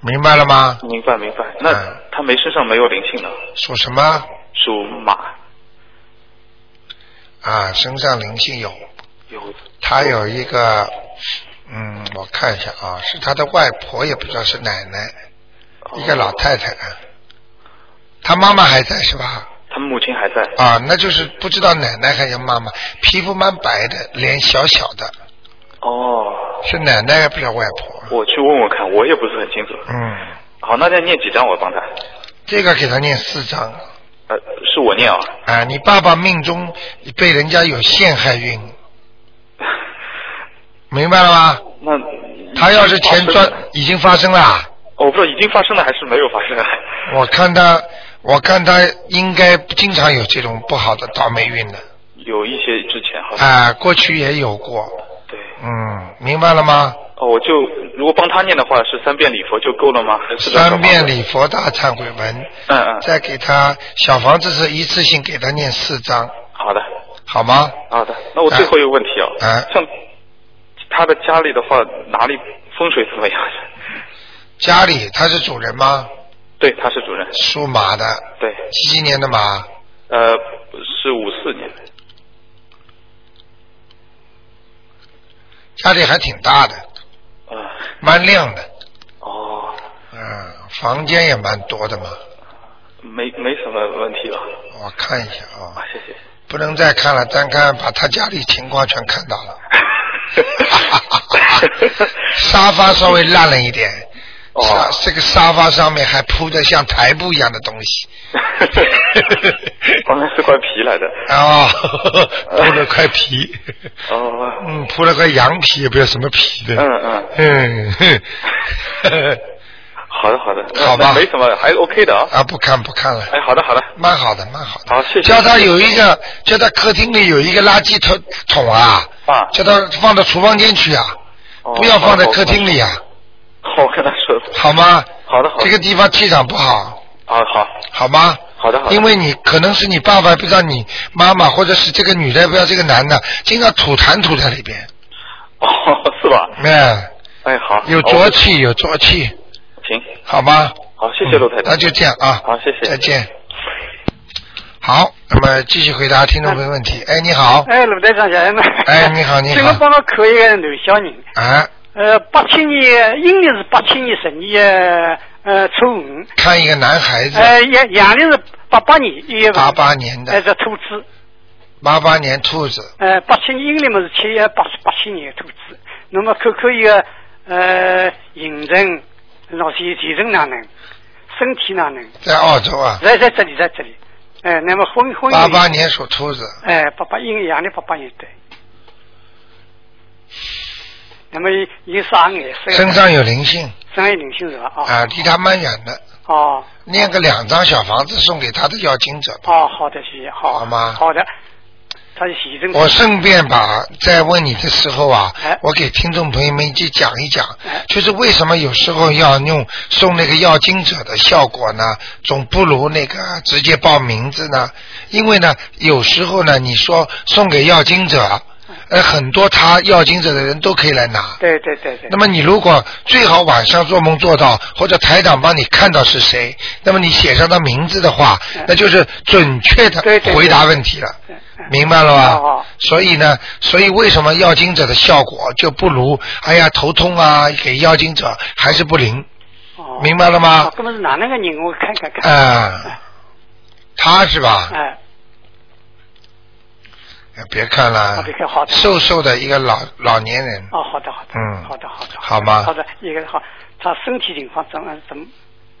Speaker 1: 明白了吗？
Speaker 5: 明白明白。那
Speaker 1: 嗯
Speaker 5: 他没身上没有灵性呢？
Speaker 1: 属什么？
Speaker 5: 属马，
Speaker 1: 啊，身上灵性有，
Speaker 5: 有哦
Speaker 1: 他有一个，嗯，我看一下啊，是他的外婆，也不知道是奶奶，一个老太太，啊，他妈妈还在是吧？
Speaker 5: 他母亲还在。
Speaker 1: 啊，那就是不知道奶奶还是妈妈，皮肤蛮白的，脸小小的，
Speaker 5: 哦，
Speaker 1: 是奶奶也不知道外婆。
Speaker 5: 我去问问看，我也不是很清楚。
Speaker 1: 嗯，
Speaker 5: 好，那再念几张我帮他？
Speaker 1: 这个给他念四张
Speaker 5: 呃，是我念啊。
Speaker 1: 啊！你爸爸命中被人家有陷害运，明白了吗？
Speaker 5: 那
Speaker 1: 他要是钱赚
Speaker 5: 嗯
Speaker 1: 已经发生了啊，
Speaker 5: 哦我不知道已经发生了还是没有发生。啊
Speaker 1: 我看他，我看他应该经常有这种不好的倒霉运的
Speaker 5: 有一些之前好像、
Speaker 1: 啊，过去也有过。
Speaker 5: 对。
Speaker 1: 嗯，明白了吗？
Speaker 5: 哦，我就如果帮他念的话，是三遍礼佛就够了吗？还是
Speaker 1: 三遍？礼佛大忏悔文，
Speaker 5: 嗯嗯，
Speaker 1: 再给他小房子是一次性给他念四张，
Speaker 5: 好的，
Speaker 1: 好吗？
Speaker 5: 好的。那我最后一个问题哦，
Speaker 1: 啊
Speaker 5: 像他的家里的话，哪里风水怎么样？
Speaker 1: 家里他是主人吗？
Speaker 5: 对，他是主任。
Speaker 1: 属马的，
Speaker 5: 对，
Speaker 1: 几几年的马？
Speaker 5: 呃，是五四年。
Speaker 1: 家里还挺大的，
Speaker 5: 啊、
Speaker 1: 蛮亮的，
Speaker 5: 哦，
Speaker 1: 嗯，房间也蛮多的嘛。
Speaker 5: 没没什么问题了。
Speaker 1: 我看一下啊、
Speaker 5: 啊，谢 谢。
Speaker 1: 不能再看了，单看把他家里情况全看 到了。沙发稍微烂了一点，
Speaker 5: 哦
Speaker 1: 沙这个沙发上面还铺的像台布一样的东西，
Speaker 5: 刚才是块皮来的。
Speaker 1: 哦，铺了块皮，
Speaker 5: 哦，
Speaker 1: 嗯，铺了块羊皮，也不知道什么皮的，
Speaker 5: 嗯嗯，
Speaker 1: 嗯，哼
Speaker 5: 好的好的，那
Speaker 1: 好吧
Speaker 5: 那没什么，还 OK 的啊。
Speaker 1: 啊，不看不看了。
Speaker 5: 哎，好的好的，
Speaker 1: 蛮好的，蛮好的。
Speaker 5: 好谢谢
Speaker 1: 叫他有一个，叫他客厅里有一个垃圾桶桶啊，
Speaker 5: 啊
Speaker 1: 叫他放到厨房间去啊，
Speaker 5: 哦
Speaker 1: 不要放在客厅里啊，
Speaker 5: 好，我跟他说。
Speaker 1: 好吗？
Speaker 5: 好的好的，
Speaker 1: 这个地方气场不好，
Speaker 5: 啊好，
Speaker 1: 好吗？
Speaker 5: 好的好的
Speaker 1: 因为你可能是你爸爸，不知道你妈妈，或者是这个女的，不知道这个男的，经常吐痰吐在里边，
Speaker 5: 哦是吧？
Speaker 1: 哎，
Speaker 5: 哎好，
Speaker 1: 有
Speaker 5: 好
Speaker 1: 浊气，有浊气，
Speaker 5: 我行，
Speaker 1: 好吗？
Speaker 5: 好谢谢陆台
Speaker 1: 那
Speaker 5: 长。
Speaker 1: 就这样啊。
Speaker 5: 好谢谢
Speaker 1: 再见。好，那么继续回答听众朋友问题。哎，你好，
Speaker 6: 哎，鲁队长，小人们。
Speaker 1: 哎你好你好
Speaker 6: 请我帮我看一个女小人，
Speaker 1: 哎，
Speaker 6: 呃，八七年，阴历是八七年十二月呃初五，
Speaker 1: 看一个男孩子，
Speaker 6: 呃，阳阳历是八八年一月份。
Speaker 1: 八。八年
Speaker 6: 哎，
Speaker 1: 的，
Speaker 6: 这兔子，
Speaker 1: 八八年兔子，
Speaker 6: 呃，八七年阴历嘛是七月八八七年兔子，那么看看一个呃行程，老前前程哪能，身体哪能，
Speaker 1: 在澳洲啊，
Speaker 6: 在在这里在这里，哎、那么婚婚
Speaker 1: 八八，年属兔子，
Speaker 6: 哎，八八阴历阳历八八年对。那么有有啥颜色？
Speaker 1: 身上有灵性
Speaker 6: 张爱玲性是吧？
Speaker 1: 啊，
Speaker 6: 啊，
Speaker 1: 离他蛮远的，
Speaker 6: 哦
Speaker 1: 念个两张小房子送给他的要经者吧。
Speaker 6: 哦，好的，谢谢，好
Speaker 1: 好吗
Speaker 6: 好的，他是洗正。
Speaker 1: 我顺便把在问你的时候啊
Speaker 6: 哎，
Speaker 1: 我给听众朋友们去讲一讲
Speaker 6: 哎，
Speaker 1: 就是为什么有时候要用送那个要经者的效果呢，总不如那个直接报名字呢？因为呢，有时候呢，你说送给要经者，呃，很多他要经者的人都可以来拿。
Speaker 6: 对对对对
Speaker 1: 那。么你如果最好晚上做梦做到，或者台长帮你看到是谁，那么你写上他名字的话
Speaker 6: 嗯，
Speaker 1: 那就是准确的
Speaker 6: 对对对
Speaker 1: 回答问题了
Speaker 6: 嗯，
Speaker 1: 明白了吧
Speaker 6: 哦？
Speaker 1: 所以呢，所以为什么药精者的效果就不如哎呀头痛啊，给药精者还是不灵，
Speaker 6: 哦。
Speaker 1: 明白了吗
Speaker 6: 哦，？那么是哪能个人？我看看看。
Speaker 1: 啊，他是吧？
Speaker 6: 哎，
Speaker 1: 别看了
Speaker 6: 好别看好，的
Speaker 1: 瘦瘦的一个老老年人，
Speaker 6: 哦，好的好的。
Speaker 1: 嗯
Speaker 6: 好的好的。
Speaker 1: 好吗
Speaker 6: 好的，一个好，他身体情况怎么怎么？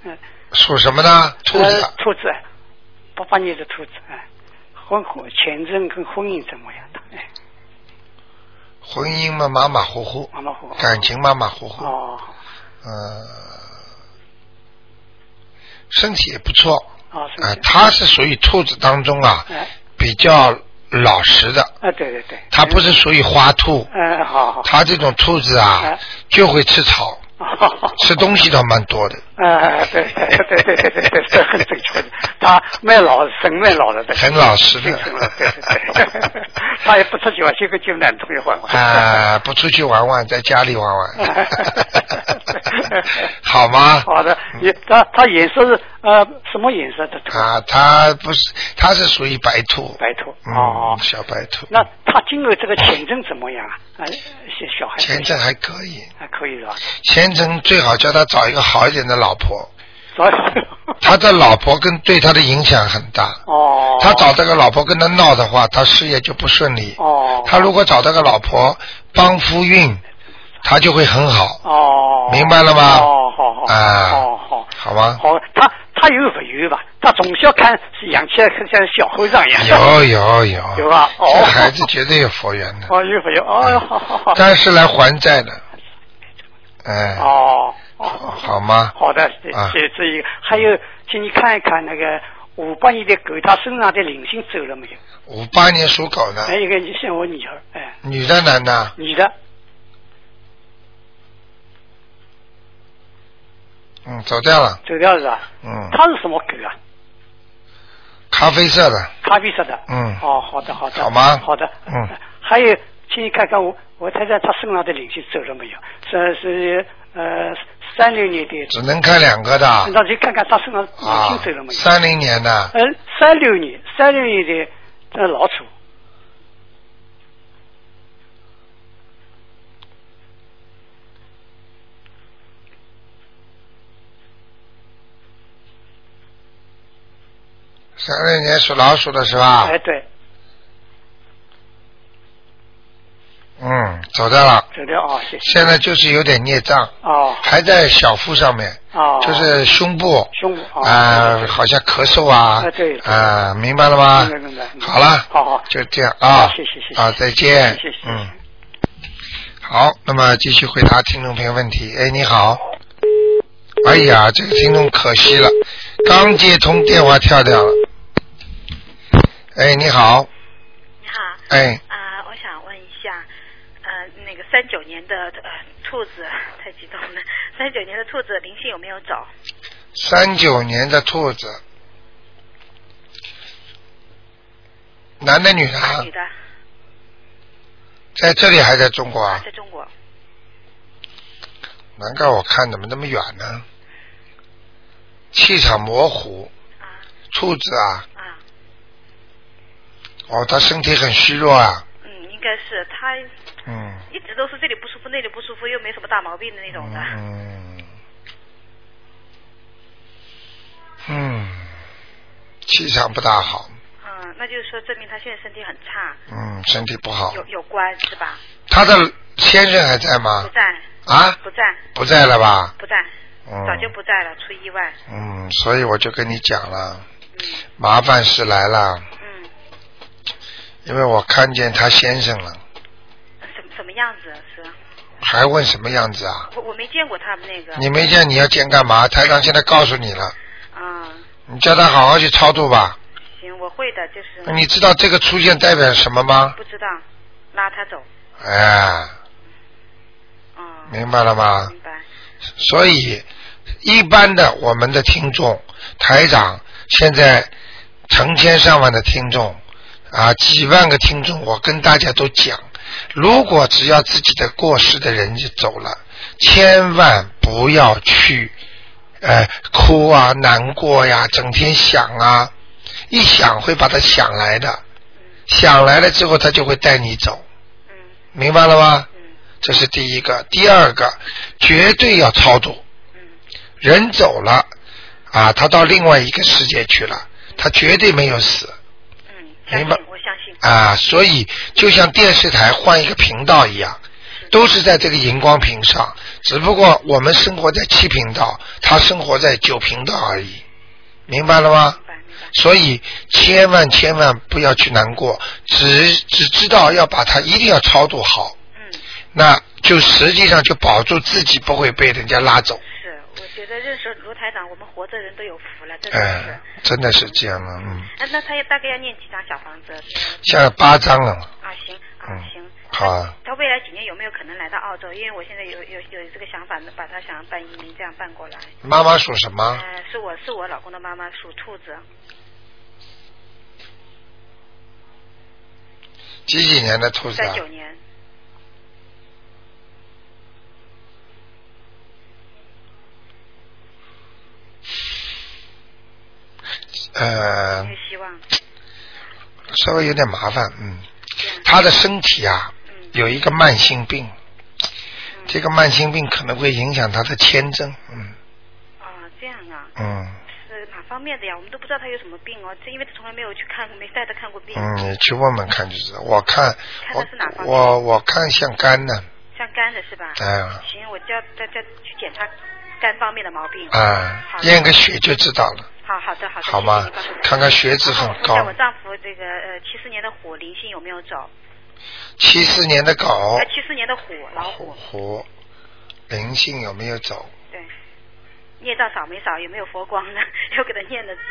Speaker 6: 嗯。
Speaker 1: 属什么呢？兔子啊
Speaker 6: 呃。兔子，八八年的兔子，哎，婚婚前任跟婚姻怎么样的？哎，
Speaker 1: 婚姻嘛马马虎虎，
Speaker 6: 马马虎虎
Speaker 1: 感情马马虎虎，
Speaker 6: 哦
Speaker 1: 呃，身体也不错
Speaker 6: 哦，
Speaker 1: 啊、
Speaker 6: 是
Speaker 1: 他是属于兔子当中啊
Speaker 6: 哎
Speaker 1: 比较老实的，
Speaker 6: 啊，对对对，
Speaker 1: 他不是属于花兔，
Speaker 6: 嗯，好好，
Speaker 1: 他这种兔子啊
Speaker 6: 哎
Speaker 1: 就会吃草，
Speaker 6: 哦
Speaker 1: 吃东西倒蛮多的。
Speaker 6: 呃，对对对对对对对，这很正确的，他蛮老神蛮老的，对
Speaker 1: 很老实的
Speaker 6: 很老对对对，他也不出去玩，就跟就南通一玩 玩，
Speaker 1: 啊、不出去玩玩，在家里玩玩， 好吗？
Speaker 6: 好的，也他他颜色是呃什么颜色的兔？
Speaker 1: 啊，他不是，他是属于白兔，
Speaker 6: 白兔
Speaker 1: 嗯，
Speaker 6: 哦，
Speaker 1: 小白兔。
Speaker 6: 那他今后这个前程怎么样啊？啊，小小孩
Speaker 1: 前程还可以，
Speaker 6: 还可以是吧？
Speaker 1: 前程最好叫他找一个好一点的老婆，
Speaker 6: 找
Speaker 1: 他的老婆跟对他的影响很大。
Speaker 6: 哦，
Speaker 1: 他找这个老婆跟他闹的话，他事业就不顺利。
Speaker 6: 哦，
Speaker 1: 他如果找这个老婆帮夫运，他就会很好，
Speaker 6: 哦，
Speaker 1: 明白了吗
Speaker 6: 哦，好好
Speaker 1: 啊
Speaker 6: 哦好
Speaker 1: 好吗？
Speaker 6: 好，他他有不有吧？他从小看是养起来像小和尚一样，
Speaker 1: 有有有，
Speaker 6: 有吧哦
Speaker 1: 这孩子绝对有佛缘的，
Speaker 6: 哦有不有？
Speaker 1: 哎
Speaker 6: 哦，好好好，
Speaker 1: 但是来还债的，哎，
Speaker 6: 哦哦，
Speaker 1: 好吗？
Speaker 6: 好的，这
Speaker 1: 啊
Speaker 6: 这这一个，还有，请你看一看那个五八年的狗，它身上的灵性走了没有？
Speaker 1: 五八年属狗呢
Speaker 6: 还，有一个，你像我女儿，哎，
Speaker 1: 女的男的？
Speaker 6: 女的，
Speaker 1: 嗯，走掉了，
Speaker 6: 走掉是吧？
Speaker 1: 嗯，
Speaker 6: 它是什么狗啊？
Speaker 1: 咖啡色的，
Speaker 6: 咖啡色的。
Speaker 1: 嗯
Speaker 6: 哦，好的，好的。
Speaker 1: 好吗
Speaker 6: 好的。
Speaker 1: 嗯。
Speaker 6: 还有，请你看看我，我太太她身上的灵性走了没有？是是呃，三六年的，
Speaker 1: 只能看两个的
Speaker 6: 那去看看她身上灵性
Speaker 1: 啊
Speaker 6: 走了没，有？
Speaker 1: 三零年的
Speaker 6: 嗯，三六年，三六年的这老鼠。
Speaker 1: 三六年属老鼠的是吧？
Speaker 6: 哎，对，
Speaker 1: 嗯，走掉了。
Speaker 6: 走掉啊，谢谢。
Speaker 1: 现在就是有点孽障，
Speaker 6: 哦
Speaker 1: 还在小腹上面，
Speaker 6: 哦。
Speaker 1: 就是胸部
Speaker 6: 胸部
Speaker 1: 啊、
Speaker 6: 哦
Speaker 1: 好像咳嗽啊，
Speaker 6: 啊对对
Speaker 1: 啊、明白了吗？
Speaker 6: 明白明白明白
Speaker 1: 好了，
Speaker 6: 好好
Speaker 1: 就这样啊，
Speaker 6: 谢谢谢谢
Speaker 1: 啊，再见，
Speaker 6: 谢谢谢谢
Speaker 1: 嗯，好，那么继续回答听众朋友问题。哎，你好，哎呀，这个听众可惜了，刚接通电话跳掉了。哎，你好，
Speaker 7: 你好，
Speaker 1: 哎，
Speaker 7: 啊、我想问一下，呃，那个三九年的呃兔子，太激动了，三九年的兔子灵性有没有走？
Speaker 1: 啊三九年的兔子，男的女的啊？
Speaker 7: 女的，
Speaker 1: 在这里还在中国啊
Speaker 7: 在？中国，
Speaker 1: 难怪我看怎么那么远呢？气场模糊，
Speaker 7: 啊
Speaker 1: 兔子啊，
Speaker 7: 啊，
Speaker 1: 哦，他身体很虚弱啊，
Speaker 7: 嗯，应该是她
Speaker 1: 嗯，
Speaker 7: 一直都是这里不舒服，那里不舒服，又没什么大毛病的那种的。
Speaker 1: 嗯，嗯，气场不大好，
Speaker 7: 嗯，那就是说证明她现在身体很差，
Speaker 1: 嗯，身体不好
Speaker 7: 有。有关是吧？
Speaker 1: 他的先生还在
Speaker 7: 不
Speaker 1: 吗？
Speaker 7: 在，
Speaker 1: 啊，
Speaker 7: 不在，
Speaker 1: 不在了吧？
Speaker 7: 不在，
Speaker 1: 嗯，
Speaker 7: 早就不在了，出意外。
Speaker 1: 嗯，所以我就跟你讲了，
Speaker 7: 嗯
Speaker 1: 麻烦事来了，
Speaker 7: 嗯，
Speaker 1: 因为我看见他先生了，
Speaker 7: 什什嗯么样子是？
Speaker 1: 还问什么样子啊？
Speaker 7: 我我没见过他们那个。
Speaker 1: 你没见你要见干嘛？台长现在告诉你了，
Speaker 7: 嗯，
Speaker 1: 你叫他好好去超度吧。
Speaker 7: 行，我会的，就是
Speaker 1: 你知道这个出现代表什么吗？
Speaker 7: 不知道，拉他走，
Speaker 1: 哎，
Speaker 7: 嗯，
Speaker 1: 明白了吗？
Speaker 7: 明白，
Speaker 1: 所以，一般的我们的听众，台长现在成千上万的听众啊，几万个听众，我跟大家都讲，如果只要自己的过世的人就走了，千万不要去呃哭啊、难过呀、整天想啊，一想会把他想来的，想来了之后他就会带你走，
Speaker 7: 嗯
Speaker 1: 明白了吗？
Speaker 7: 嗯
Speaker 1: 这是第一个，第二个，绝对要超度。
Speaker 7: 嗯
Speaker 1: 人走了，啊，他到另外一个世界去了，他绝对没有死
Speaker 7: 嗯，
Speaker 1: 明
Speaker 7: 相
Speaker 1: 白
Speaker 7: 信，我相信，
Speaker 1: 啊。所以就像电视台换一个频道一样，都是在这个荧光屏上，只不过我们生活在七频道，他生活在九频道而已，明白了吗？
Speaker 7: 明白明白，
Speaker 1: 所以千万千万不要去难过，只只知道要把它一定要超度好。
Speaker 7: 嗯，
Speaker 1: 那就实际上就保住自己不会被人家拉走。
Speaker 7: 是，我觉得认识卢台长，我们活着人都有福了，真的是
Speaker 1: 哎。，真的是这样的，嗯，
Speaker 7: 那那他也大概要念几张小房子？呃
Speaker 1: 现在八张了，
Speaker 7: 啊，行啊
Speaker 1: 嗯，
Speaker 7: 行。
Speaker 1: 好啊
Speaker 7: 他。他未来几年有没有可能来到澳洲？因为我现在有有有这个想法，把他想办移民这样办过来。
Speaker 1: 妈妈属什么？
Speaker 7: 呃，是我是我老公的妈妈，属兔
Speaker 1: 啊
Speaker 7: 子，
Speaker 1: 几几年的兔子
Speaker 7: 三
Speaker 1: 啊？
Speaker 7: 九年。
Speaker 1: 呃嗯
Speaker 7: 有，希望。
Speaker 1: 呃稍微有点麻烦，嗯，
Speaker 7: 这样
Speaker 1: 他的身体啊
Speaker 7: 嗯
Speaker 1: 有一个慢性病，
Speaker 7: 嗯
Speaker 1: 这个慢性病可能会影响他的签证，嗯
Speaker 7: 啊，这样啊，
Speaker 1: 嗯
Speaker 7: 是哪方面的呀？我们都不知道他有什么病哦，这因为从来没有去看，没带他看过病，
Speaker 1: 嗯，你去问问看就知道。我看
Speaker 7: 看
Speaker 1: 我
Speaker 7: 他是哪方面
Speaker 1: 我我看像肝呢，
Speaker 7: 像肝的是吧？
Speaker 1: 哎呀
Speaker 7: 行，我叫再再去检查肝方面的毛病。
Speaker 1: 啊
Speaker 7: 好，的
Speaker 1: 验个血就知道了。
Speaker 7: 好好的好的，
Speaker 1: 好吗
Speaker 7: 谢谢你帮助我
Speaker 1: 看看血脂很高
Speaker 7: 然后我看我丈夫这个呃七四年的虎灵性有没有走？
Speaker 1: 哦七四年的狗
Speaker 7: 呃，，七四年的虎老虎，
Speaker 1: 虎，灵性有没有走？
Speaker 7: 对，孽障少没少？有没有佛光呢？ 又给他念了经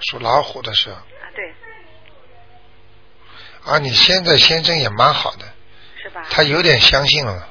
Speaker 1: 属老虎的是
Speaker 7: 啊？对，
Speaker 1: 啊，你现在先生也蛮好的，
Speaker 7: 是吧？
Speaker 1: 他有点相信了，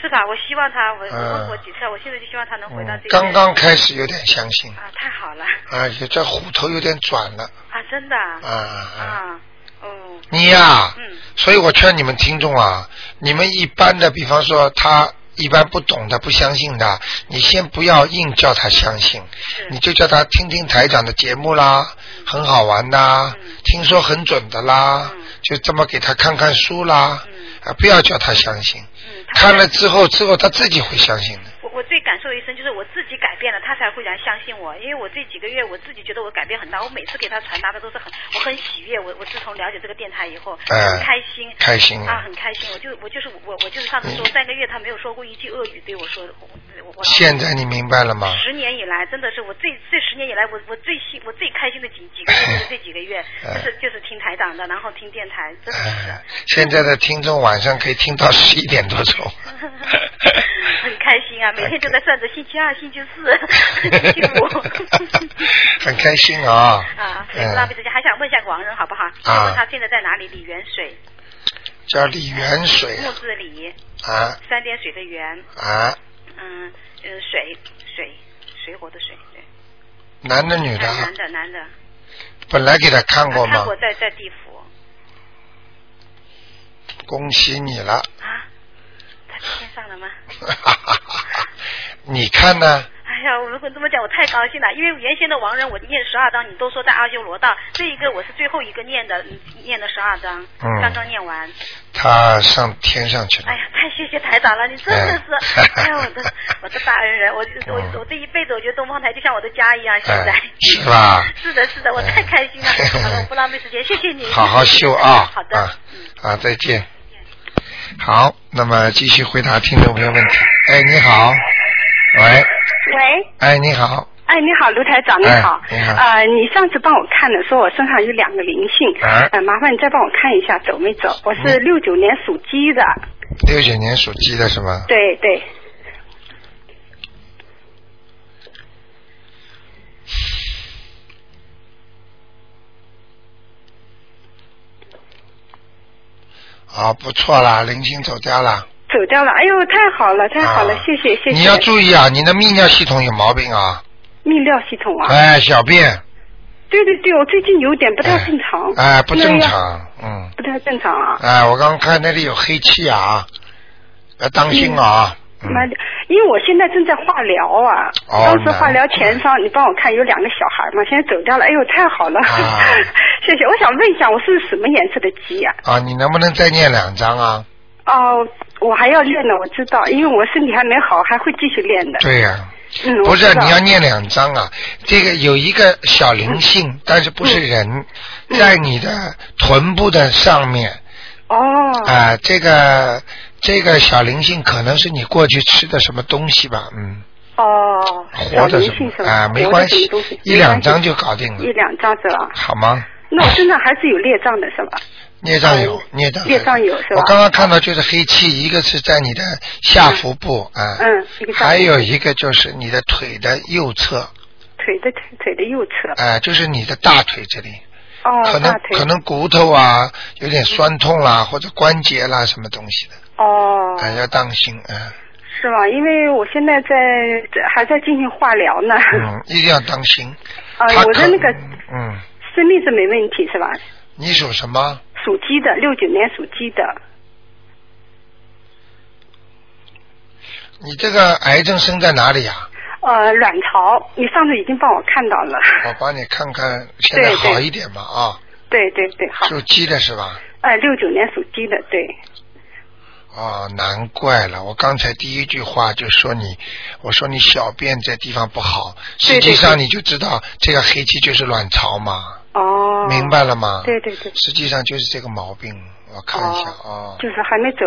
Speaker 7: 是吧？我希望他，我我问
Speaker 1: 嗯
Speaker 7: 过几次，我现在就希望他能回到
Speaker 1: 嗯
Speaker 7: 这个。，
Speaker 1: 刚刚开始有点相信，
Speaker 7: 啊，太好了
Speaker 1: 啊，有这虎头有点转了，
Speaker 7: 啊，真的啊
Speaker 1: 啊啊啊！
Speaker 7: 啊，哦，
Speaker 1: 你呀、
Speaker 7: 嗯
Speaker 1: 所以我劝你们听众啊，你们一般的，比方说他。一般不懂的、不相信的，你先不要硬叫他相信，
Speaker 7: 是
Speaker 1: 你就叫他听听台长的节目啦，很好玩的
Speaker 7: 嗯，
Speaker 1: 听说很准的啦
Speaker 7: 嗯，
Speaker 1: 就这么给他看看书啦
Speaker 7: 嗯，
Speaker 1: 啊，不要叫他相信，
Speaker 7: 嗯，他
Speaker 1: 看了之后，之后他自己会相信的。
Speaker 7: 我我最感受一生就是我自己改变了，他才会然相信我。因为我这几个月我自己觉得我改变很大，我每次给他传达的都是很我很喜悦。我我自从了解这个电台以后，
Speaker 1: 哎嗯
Speaker 7: 很开心，
Speaker 1: 开心
Speaker 7: 啊，很开心。我就我就是我我就是上次说
Speaker 1: 嗯
Speaker 7: 三个月他没有说过一句恶语对我说，我我我
Speaker 1: 现在你明白了吗？
Speaker 7: 十年以来，真的是我最这十年以来，我我最幸我最开心的几几个月就是这几个月，
Speaker 1: 哎
Speaker 7: 就是就是听台长的，然后听电台，真的是，
Speaker 1: 哎，现在的听众晚上可以听到十一点多钟
Speaker 7: 很开心啊！每天就在算着星期二、星期四、星期 五。
Speaker 1: 很开心啊、
Speaker 7: 啊，所以不浪费
Speaker 1: 嗯，
Speaker 7: 时间，还想问一下王人好不好？
Speaker 1: 啊
Speaker 7: 问问他现在在哪里？李元水，
Speaker 1: 叫李元水
Speaker 7: 木字李，
Speaker 1: 啊
Speaker 7: 三点水的元，
Speaker 1: 啊，
Speaker 7: 嗯嗯，水水水火的水，对，
Speaker 1: 男的女的
Speaker 7: 啊
Speaker 1: 啊
Speaker 7: 男？的男的，
Speaker 1: 本来给他看过
Speaker 7: 啊
Speaker 1: 吗
Speaker 7: 看？过在在地府
Speaker 1: 恭喜你了，
Speaker 7: 啊，他去天上了吗？
Speaker 1: 你看呢？
Speaker 7: 哎呀，我如果这么讲，我太高兴了，因为原先的王人我念十二章，你都说在阿修罗道，这一个我是最后一个念的，嗯念的十二章，
Speaker 1: 嗯
Speaker 7: 刚刚念完。
Speaker 1: 他上天上去了
Speaker 7: 哎。呀，太谢谢台长了，你真的是，
Speaker 1: 哎哦
Speaker 7: 哎呀， 我的我的大恩人，我我我这一辈子，我觉得东方台就像我的家一样，现在、
Speaker 1: 哎是吧
Speaker 7: 是的，是的，我太开心了。
Speaker 1: 哎
Speaker 7: 好了，我不浪费时间，谢谢你。
Speaker 1: 好好修啊！
Speaker 7: 好的，
Speaker 1: 啊
Speaker 7: 嗯，
Speaker 1: 啊，再见。好，那么继续回答听众朋友问题。哎，你好，喂，
Speaker 8: 喂，
Speaker 1: 哎，你好，
Speaker 8: 哎，你好，卢台长，你
Speaker 1: 哎
Speaker 8: 好。
Speaker 1: 你
Speaker 7: 啊
Speaker 1: 好
Speaker 8: 呃，你上次帮我看了，说我身上有两个灵性，
Speaker 1: 哎
Speaker 8: 呃，麻烦你再帮我看一下走没走？我是
Speaker 1: 嗯
Speaker 8: 六九年属鸡的，
Speaker 1: 六九年属鸡的是吗？
Speaker 8: 对对，
Speaker 1: 啊，不错啦，灵性走掉了。
Speaker 8: 走掉了。哎呦，太好了，太好了，
Speaker 1: 啊
Speaker 8: 谢谢谢谢。
Speaker 1: 你要注意啊，你的泌尿系统有毛病啊，
Speaker 8: 泌尿系统啊？
Speaker 1: 哎，小便
Speaker 8: 对对对，我最近有点不太正常。
Speaker 1: 哎不正
Speaker 8: 那要。
Speaker 1: 常，嗯，
Speaker 8: 不太正常啊。
Speaker 1: 哎，我刚看那里有黑气啊，要当心啊，嗯
Speaker 8: 妈的，因为我现在正在化疗啊，
Speaker 1: 哦
Speaker 8: 当时化
Speaker 1: 那
Speaker 8: 疗前方，你帮我看有两个小孩嘛，现在走掉了，哎呦，太好了，
Speaker 1: 啊
Speaker 8: 谢谢。我想问一下，我是什么颜色的鸡呀、
Speaker 1: 啊，你能不能再念两张啊？
Speaker 8: 哦，我还要练呢，我知道，因为我身体还没好，还会继续练的。
Speaker 1: 对呀、
Speaker 8: 嗯，
Speaker 1: 不
Speaker 8: 我
Speaker 1: 是
Speaker 8: 知道嗯
Speaker 1: 你要念两张啊，这个有一个小灵性，但是不是人，在你的臀部的上面
Speaker 8: 嗯哦、
Speaker 1: 啊、这个这个小灵性可能是你过去吃的什么东西吧，嗯，
Speaker 8: 哦，小
Speaker 1: 活的
Speaker 8: 灵
Speaker 1: 什
Speaker 8: 性
Speaker 1: 么
Speaker 8: 是吧？
Speaker 1: 啊、没
Speaker 8: 活的
Speaker 1: 关
Speaker 8: 什么
Speaker 1: 系
Speaker 8: 东西，
Speaker 1: 一两张就
Speaker 8: 没关
Speaker 1: 搞定
Speaker 8: 系一
Speaker 1: 了，
Speaker 8: 两张是吧？
Speaker 1: 好吗？
Speaker 8: 那我身上还是有裂障的是吧？
Speaker 1: 孽障有
Speaker 8: 哎，
Speaker 1: 孽障，
Speaker 8: 孽障有是吧
Speaker 1: 我刚刚看到就是黑气，一个是在你的下腹部啊，
Speaker 8: 嗯一个下腹部啊
Speaker 1: 还有一个就是你的腿的右侧，
Speaker 8: 腿的腿的右侧，
Speaker 1: 哎、就是你的大腿这里，
Speaker 8: 哦，
Speaker 1: 可能
Speaker 8: 大腿
Speaker 1: 可能骨头啊有点酸痛啦，或者关节啦什么东西的，
Speaker 8: 哦，
Speaker 1: 哎、要当心，哎、
Speaker 8: 是吧？因为我现在在还在进行化疗呢。
Speaker 1: 嗯，一定要当心。
Speaker 8: 啊
Speaker 1: 他，
Speaker 8: 我
Speaker 1: 可
Speaker 8: 的那个
Speaker 1: 嗯，
Speaker 8: 生命是没问题是吧？
Speaker 1: 你属什么？
Speaker 8: 属鸡的，六九年属鸡的。
Speaker 1: 你这个癌症生在哪里啊呀、
Speaker 8: 呃，卵巢，你上次已经帮我看到了。
Speaker 1: 我帮你看看，现在
Speaker 8: 对对
Speaker 1: 好一点吧啊，
Speaker 8: 对对对，好。
Speaker 1: 属鸡的是吧？
Speaker 8: 哎，六九年属鸡的，对。
Speaker 1: 哦，难怪了！我刚才第一句话就说你，我说你小便这地方不好，实
Speaker 8: 对对
Speaker 1: 际上
Speaker 8: 对
Speaker 1: 你就知道这个黑气就是卵巢嘛，
Speaker 8: 哦。
Speaker 1: 明。白了吗？
Speaker 8: 对对对。
Speaker 1: 实际上就是这个毛病，我看一下啊
Speaker 8: 哦。就是还没走。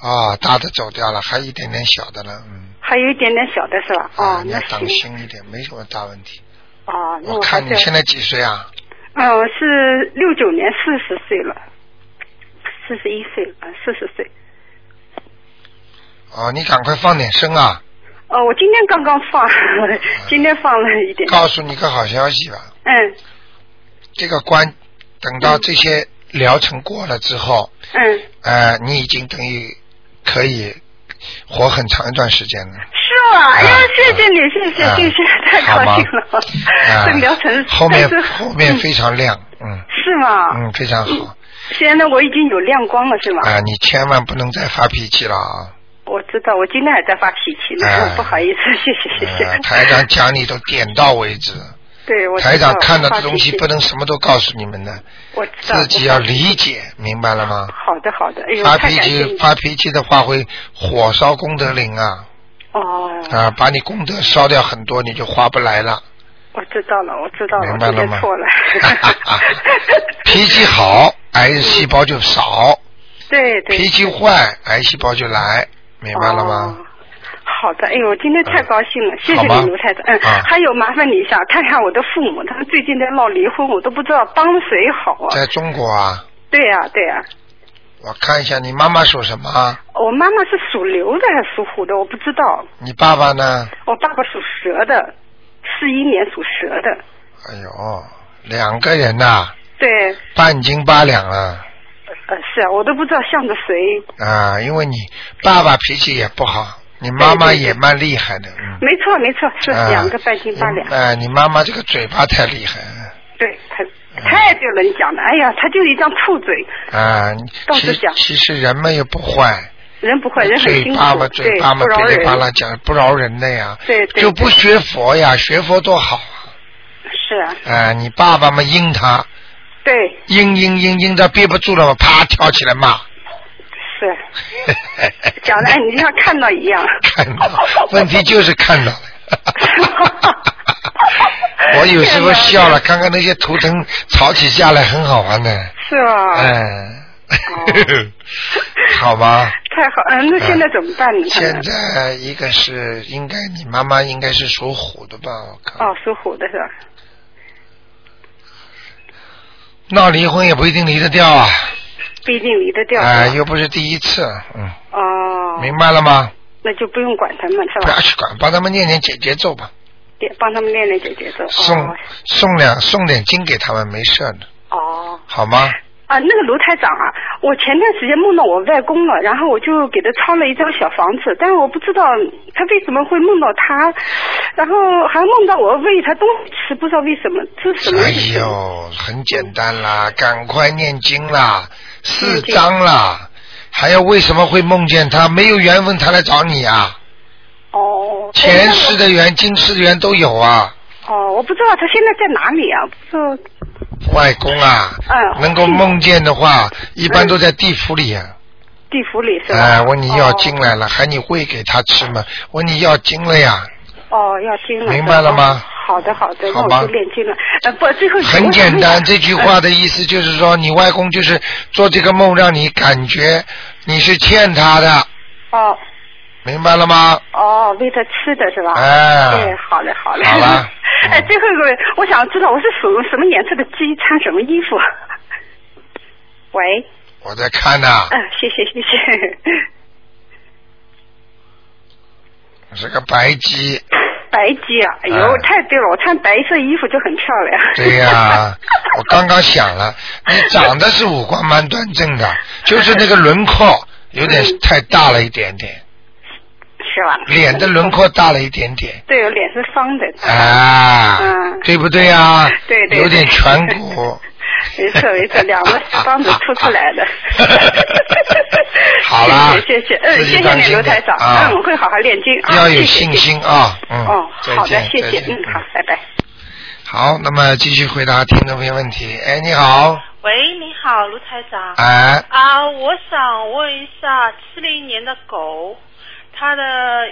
Speaker 1: 啊，大的走掉了，还一点点小的了，嗯。
Speaker 8: 还有一点点小的是吧？
Speaker 1: 啊
Speaker 8: 哦，
Speaker 1: 你
Speaker 8: 那
Speaker 1: 要当
Speaker 8: 行。
Speaker 1: 心一点，没什么大问题。
Speaker 8: 哦，那
Speaker 1: 我
Speaker 8: 还
Speaker 1: 看你
Speaker 8: 是
Speaker 1: 现。在几岁啊？
Speaker 8: 嗯、我是六九年四十岁了，四十一岁了，呃四十岁。
Speaker 1: 哦，你赶快放点声啊！
Speaker 8: 哦，我今天刚刚放，今天放了一点。
Speaker 1: 告诉你个好消息吧，
Speaker 8: 嗯
Speaker 1: 这个关等到这些疗程过了之后，
Speaker 8: 嗯，
Speaker 1: 呃，你已经等于可以活很长一段时 间了。
Speaker 8: 是吗？哎呀
Speaker 1: 啊，
Speaker 8: 谢谢你，谢谢
Speaker 1: 啊
Speaker 8: 谢谢，太
Speaker 1: 好
Speaker 8: 高
Speaker 1: 吗
Speaker 8: 兴了。
Speaker 1: 啊、
Speaker 8: 这疗程
Speaker 1: 后面
Speaker 8: 但是
Speaker 1: 后面
Speaker 8: 嗯
Speaker 1: 非常亮，嗯
Speaker 8: 是吗？
Speaker 1: 嗯，非常好
Speaker 8: 现在我已经有亮光了，是吗？
Speaker 1: 啊！你千万不能再发脾气了啊！
Speaker 8: 我知道，我今天还在发脾气
Speaker 1: 哎
Speaker 8: 呢， 不好意思，谢谢谢
Speaker 1: 呃
Speaker 8: 谢。
Speaker 1: 台长讲你都点到为止，
Speaker 8: 对，我知道
Speaker 1: 台长看到
Speaker 8: 发
Speaker 1: 这东西
Speaker 8: 脾气
Speaker 1: 不能什么都告诉你们的，
Speaker 8: 我知道
Speaker 1: 自己要理解，明白了吗？
Speaker 8: 好的好的，哎呦，
Speaker 1: 发
Speaker 8: 太
Speaker 1: 脾
Speaker 8: 感谢
Speaker 1: 气
Speaker 8: 你
Speaker 1: 发脾气的话会火烧功德林啊
Speaker 8: 哦，
Speaker 1: 啊！把你功德烧掉很多，你就划不来了。
Speaker 8: 我知道了，我知道了，
Speaker 1: 明
Speaker 8: 我
Speaker 1: 白
Speaker 8: 今
Speaker 1: 了
Speaker 8: 天
Speaker 1: 吗？。
Speaker 8: 错了
Speaker 1: 脾气好，癌细胞就少；
Speaker 8: 对对，
Speaker 1: 脾气坏，癌细胞就来，明白了吗
Speaker 8: 哦？好的，哎呦，我今天太高兴了，谢谢
Speaker 1: 好吗
Speaker 8: 你，卢太太。嗯，
Speaker 1: 啊
Speaker 8: 还有麻烦你一下，看看我的父母，他们最近在闹离婚，我都不知道帮谁好啊。
Speaker 1: 在中国啊，
Speaker 8: 对呀、对呀、
Speaker 1: 我看一下，你妈妈属什么啊？
Speaker 8: 我妈妈是属牛的还是属虎的，我不知道。
Speaker 1: 你爸爸呢？
Speaker 8: 我爸爸属蛇的，四一年属蛇的。
Speaker 1: 哎呦，两个人呐、
Speaker 8: 对，
Speaker 1: 半斤八两啊
Speaker 8: 呃，是啊，我都不知道向着谁。
Speaker 1: 啊！因为你爸爸脾气也不好，你妈妈
Speaker 8: 对对对
Speaker 1: 也蛮厉害的，嗯。
Speaker 8: 没错，没错，是
Speaker 1: 啊
Speaker 8: 两个半斤八两
Speaker 1: 你。哎，你妈妈这个嘴巴太厉害了。
Speaker 8: 对，太
Speaker 1: 嗯
Speaker 8: 太对了，你讲的。哎呀，他就是一张兔嘴，
Speaker 1: 啊，你
Speaker 8: 到
Speaker 1: 其
Speaker 8: 处讲
Speaker 1: 其实人们也不坏，
Speaker 8: 人不坏，人很
Speaker 1: 嘴
Speaker 8: 辛苦
Speaker 1: 巴嘛，，嘴
Speaker 8: 对，
Speaker 1: 巴嘛，
Speaker 8: 不饶
Speaker 1: 噼里
Speaker 8: 人。
Speaker 1: 啪啦讲不饶人的呀，
Speaker 8: 对对
Speaker 1: 就不学佛呀，学佛多好啊！
Speaker 8: 是啊，
Speaker 1: 哎你爸爸嘛阴他，
Speaker 8: 对，
Speaker 1: 阴阴阴阴他憋不住了嘛，啪跳起来骂。
Speaker 8: 是。啊讲的，哎，你就像看到一 样。
Speaker 1: 看到，问 题就是看到了。我有时候笑了，看看那些图腾吵起架来很好玩的，
Speaker 8: 是啊吧？
Speaker 1: 嗯，
Speaker 8: 哦
Speaker 1: 好 吧。
Speaker 8: 太好，嗯，那现在怎么办呢？他
Speaker 1: 哎现
Speaker 8: 们
Speaker 1: 在一个是应该你妈妈应该是属虎的吧？我看
Speaker 8: 哦，属虎的是吧？
Speaker 1: 闹离婚也不一定离得掉啊，
Speaker 8: 不一定离得掉。
Speaker 1: 哎、
Speaker 8: 是吧
Speaker 1: 又不是第一次，嗯，
Speaker 8: 哦，
Speaker 1: 明白了吗？
Speaker 8: 那就不用管他们是
Speaker 1: 不要
Speaker 8: 吧？
Speaker 1: 去管，帮他们念念姐姐咒吧，
Speaker 8: 也帮他们练练解节奏。
Speaker 1: 送
Speaker 8: 哦
Speaker 1: 送两送点经给他们没事的，
Speaker 8: 哦，
Speaker 1: 好吗？
Speaker 8: 啊，那个卢台长啊，我前段时间梦到我外公了，然后我就给他抄了一张小房子，但是我不知道他为什么会梦到他，然后还梦到我喂他东西吃，不知道为什么，这是什么
Speaker 1: 哎
Speaker 8: 事情？
Speaker 1: 呦， 很简单啦，赶快念经啦，四
Speaker 8: 嗯对
Speaker 1: 章啦，还要为什么会梦见他？没有缘分他来找你啊，
Speaker 8: 哦，哎
Speaker 1: 前世的缘、今世的缘都有啊。
Speaker 8: 那我哦，我不知道他现在在哪里啊，不知道。
Speaker 1: 外公啊，
Speaker 8: 嗯
Speaker 1: 能够梦见的话，一般都在地府里啊。
Speaker 8: 地府里是吧？
Speaker 1: 哎，问你要经
Speaker 8: 哦
Speaker 1: 来了，喊你喂给他吃吗？问你要经了呀，
Speaker 8: 哦，要经了。哦
Speaker 1: 明白了吗
Speaker 8: 好的，好的，那
Speaker 1: 好
Speaker 8: 我
Speaker 1: 吧
Speaker 8: 就练经了。呃，不，最后
Speaker 1: 很简单，这句话的意思就是说，你外公就是做这个梦，让你感觉你是欠他的，
Speaker 8: 哦
Speaker 1: 明白了吗？
Speaker 8: 哦，喂他吃的是吧？
Speaker 1: 哎
Speaker 8: 对，好嘞，好嘞。
Speaker 1: 好了
Speaker 8: 哎，
Speaker 1: 嗯
Speaker 8: 最后一个，我想知道我是属什么颜色的鸡，穿什么衣服？喂，
Speaker 1: 我在看呐、
Speaker 8: 嗯、谢谢谢谢。
Speaker 1: 是个白鸡，
Speaker 8: 白鸡啊，哎呦，
Speaker 1: 哎
Speaker 8: 太对了，我穿白色衣服就很漂亮。
Speaker 1: 对呀、 我刚刚想了，你长得是五官蛮端正的，就是那个轮廓有点太大了一点点，
Speaker 8: 是吧？
Speaker 1: 脸的轮廓大了一点点。
Speaker 8: 对，我脸是方的。
Speaker 1: 啊，
Speaker 8: 嗯
Speaker 1: 对不对呀、啊？
Speaker 8: 对对对
Speaker 1: 有点颧骨。。
Speaker 8: 没错没错，两个帮子凸出来的
Speaker 1: 好啦
Speaker 8: 谢谢谢谢，嗯，
Speaker 1: 自己
Speaker 8: 谢谢
Speaker 1: 当
Speaker 8: 你
Speaker 1: 心
Speaker 8: 刘
Speaker 1: 点
Speaker 8: 台长，
Speaker 1: 啊
Speaker 8: 嗯，我会好好练经啊，
Speaker 1: 要有
Speaker 8: 谢谢
Speaker 1: 信。心啊，
Speaker 8: 谢
Speaker 1: 嗯，
Speaker 8: 谢哦，
Speaker 1: 再
Speaker 8: 好的
Speaker 1: 见，，
Speaker 8: 谢谢
Speaker 1: 再，见
Speaker 8: 嗯，好，拜拜。
Speaker 1: 好，那么继续回答听众朋友问题。哎，你好，
Speaker 9: 喂，你好，卢台长。
Speaker 1: 哎，
Speaker 9: 啊，我想问一下，七零年的狗，它的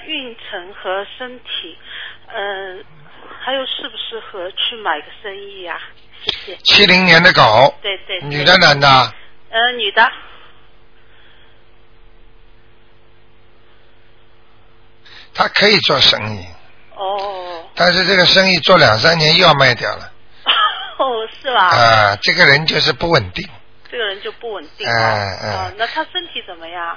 Speaker 9: 运程和身体，嗯、还有适不适合去买个生意呀、谢谢。
Speaker 1: 七零年的狗，
Speaker 9: 对对。对
Speaker 1: 女的？男的？
Speaker 9: 呃，女的。
Speaker 1: 她可以做生意，
Speaker 9: 哦。
Speaker 1: 但是这个生意做两三年又要卖掉了，
Speaker 9: 哦，是吧？
Speaker 1: 啊、这个人就是不稳定，
Speaker 9: 这个人就不稳定。
Speaker 1: 哎哎
Speaker 9: 哦，那他身体怎么样？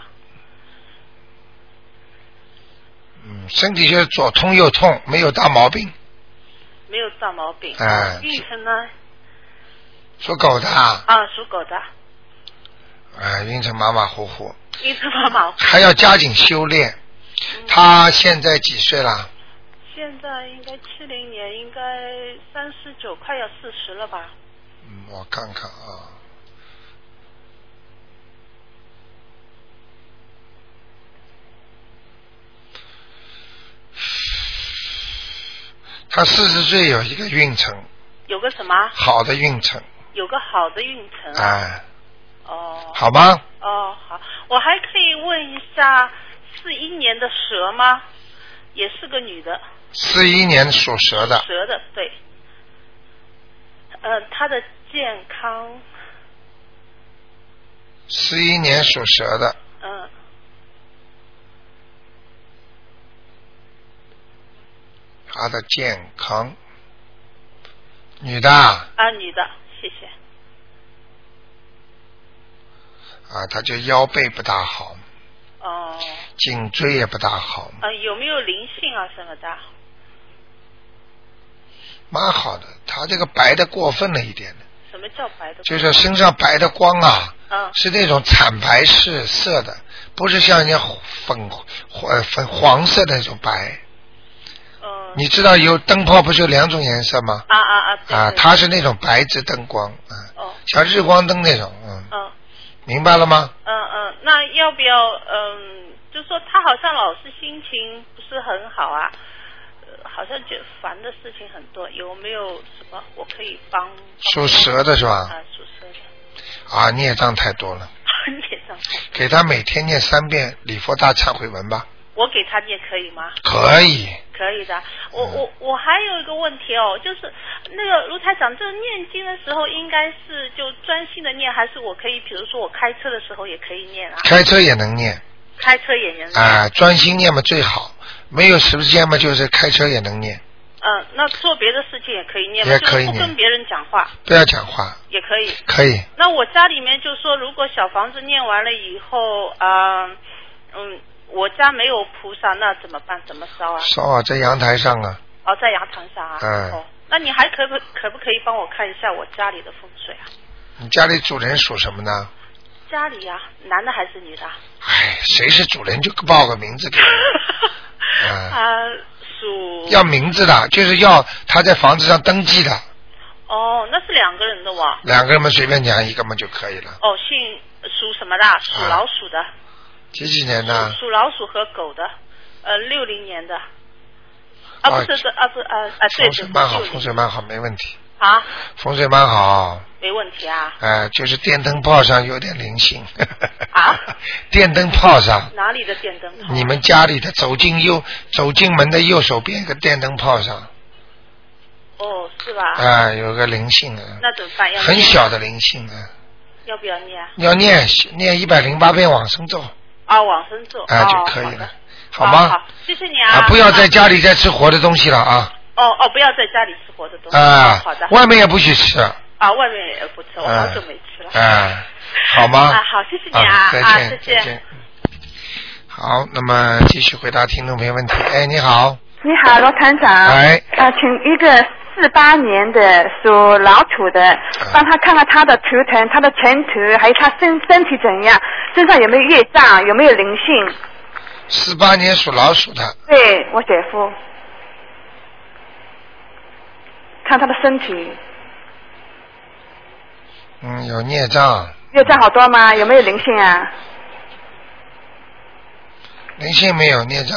Speaker 1: 嗯，身体就是左痛右痛，没有大毛病。
Speaker 9: 没有大毛病。
Speaker 1: 哎
Speaker 9: 运程呢？
Speaker 1: 属狗的啊，
Speaker 9: 啊，属狗的，
Speaker 1: 哎，运程马马虎虎，
Speaker 9: 运程妈妈，
Speaker 1: 还要加紧修炼。她现在几岁了？
Speaker 9: 嗯现在应该七零年，应该三十九，快要四十了吧？
Speaker 1: 嗯，我看看啊。他四十岁有一个运程，
Speaker 9: 有个什么？
Speaker 1: 好的运程，
Speaker 9: 有个好的运程啊？
Speaker 1: 哎，
Speaker 9: 哦
Speaker 1: 好吗？
Speaker 9: 哦，好，我还可以问一下，四一年的蛇吗？也是个女的，
Speaker 1: 四一年属蛇的，
Speaker 9: 蛇的对。呃，她的健康，
Speaker 1: 四一年属蛇的，
Speaker 9: 嗯、
Speaker 1: 他的健康，女的啊，
Speaker 9: 啊，女的，谢谢。
Speaker 1: 啊她就腰背不大好，
Speaker 9: 哦、
Speaker 1: 颈椎也不大好，
Speaker 9: 呃，有没有灵性啊什么的？
Speaker 1: 蛮好的。她这个白的过分了一点的，
Speaker 9: 什么叫白的？
Speaker 1: 就是身上白的光啊，
Speaker 9: 嗯，
Speaker 1: 是那种惨白是色的，不是像人家粉黄粉黄色的那种白。
Speaker 9: 呃，
Speaker 1: 你知道有灯泡不是有两种颜色吗？
Speaker 9: 啊啊啊，对
Speaker 1: 啊，
Speaker 9: 对
Speaker 1: 它是那种白炽灯光，嗯，
Speaker 9: 哦，
Speaker 1: 像日光灯那种，嗯，
Speaker 9: 嗯
Speaker 1: 明白了吗？
Speaker 9: 嗯嗯，那要不要嗯，就说他好像老是心情不是很好啊，呃好像觉得烦的事情很多，有没有什么我可以帮？
Speaker 1: 属蛇的是吧？
Speaker 9: 啊，属蛇的，
Speaker 1: 啊，孽障太多了，
Speaker 9: 念上，
Speaker 1: 给他每天念三遍礼佛大忏悔文吧，
Speaker 9: 我给他念可以吗？
Speaker 1: 可以。
Speaker 9: 可以的，我
Speaker 1: 嗯
Speaker 9: 我我还有一个问题哦，就是那个卢台长，这念经的时候应该是就专心的念，还是我可以，比如说我开车的时候也可以念啊？
Speaker 1: 开车也能念
Speaker 9: 开车也能念。
Speaker 1: 啊，专心念嘛最好，没有时间嘛就是开车也能念，
Speaker 9: 嗯，那做别的事情也可以念吗，
Speaker 1: 也
Speaker 9: 就是
Speaker 1: 可以
Speaker 9: 不
Speaker 1: 念
Speaker 9: 跟别人讲话
Speaker 1: 不要讲话，
Speaker 9: 也可以。
Speaker 1: 可以。
Speaker 9: 那我家里面就说，如果小房子念完了以后啊、嗯，我家没有菩萨，那怎么办？怎么烧啊？
Speaker 1: 烧啊，在阳台上啊，
Speaker 9: 哦，在阳台上啊。
Speaker 1: 嗯
Speaker 9: 哦，那你还可不可不可以帮我看一下我家里的风水啊？
Speaker 1: 你家里主人属什么呢？
Speaker 9: 家里呀、男的还是 女的啊？
Speaker 1: 哎，谁是主人就报个名字给 我。啊，
Speaker 9: 啊，属
Speaker 1: 要名字的，就是要他在房子上登记的，
Speaker 9: 哦，那是两个人的哇。
Speaker 1: 两个人嘛随便讲一个嘛就可以了。
Speaker 9: 哦，姓属什么的啊？属老鼠的，
Speaker 1: 哎几几年的？
Speaker 9: 属老鼠和狗的，呃，六零年的。啊，不
Speaker 1: 啊
Speaker 9: 是这啊不啊啊，对
Speaker 1: 风
Speaker 9: 对
Speaker 1: 水，蛮好，
Speaker 9: 60
Speaker 1: 风水蛮好，没问题，
Speaker 9: 啊，
Speaker 1: 风水蛮好。
Speaker 9: 没问题啊。
Speaker 1: 哎，就是电灯泡上有点灵性。
Speaker 9: 啊？
Speaker 1: 电灯泡上，
Speaker 9: 哪里的电灯泡？
Speaker 1: 你们家里的走进右走进门的右手边一个电灯泡上，
Speaker 9: 啊哦，是吧？
Speaker 1: 啊，有个灵性啊，
Speaker 9: 那怎么办？要
Speaker 1: 很
Speaker 9: 念
Speaker 1: 小的灵性啊，
Speaker 9: 要不要念？
Speaker 1: 要念念一百零八遍往生咒
Speaker 9: 啊，往生咒
Speaker 1: 啊
Speaker 9: 哦
Speaker 1: 就可以
Speaker 9: 好的
Speaker 1: 了，好吗
Speaker 9: 好？，谢谢你
Speaker 1: 啊，不要在家里再吃活的东西了啊
Speaker 9: 哦哦，不要在家里吃活的东西。
Speaker 1: 啊
Speaker 9: 好的。，
Speaker 1: 外面也不许吃啊
Speaker 9: 啊，外面也不吃，我好久没吃了。
Speaker 1: 啊，好吗？
Speaker 9: 啊，好，谢谢你
Speaker 1: 啊
Speaker 9: 啊，
Speaker 1: 再
Speaker 9: 啊，
Speaker 1: 见
Speaker 9: 再
Speaker 1: 再见。好，那么继续回答听众朋友问题。哎，你好，
Speaker 10: 你好，罗团长。
Speaker 1: 哎
Speaker 10: 啊，请一个四八年的属老土的，
Speaker 1: 哎
Speaker 10: 帮他看看他的图腾、他的前途，还有他身身体怎样，身上有没有业障，有没有灵性？
Speaker 1: 四八年属老鼠的，
Speaker 10: 对我姐夫，看他的身体，
Speaker 1: 嗯，有孽障，
Speaker 10: 业障好多吗？有没有灵性啊？
Speaker 1: 灵性没有孽障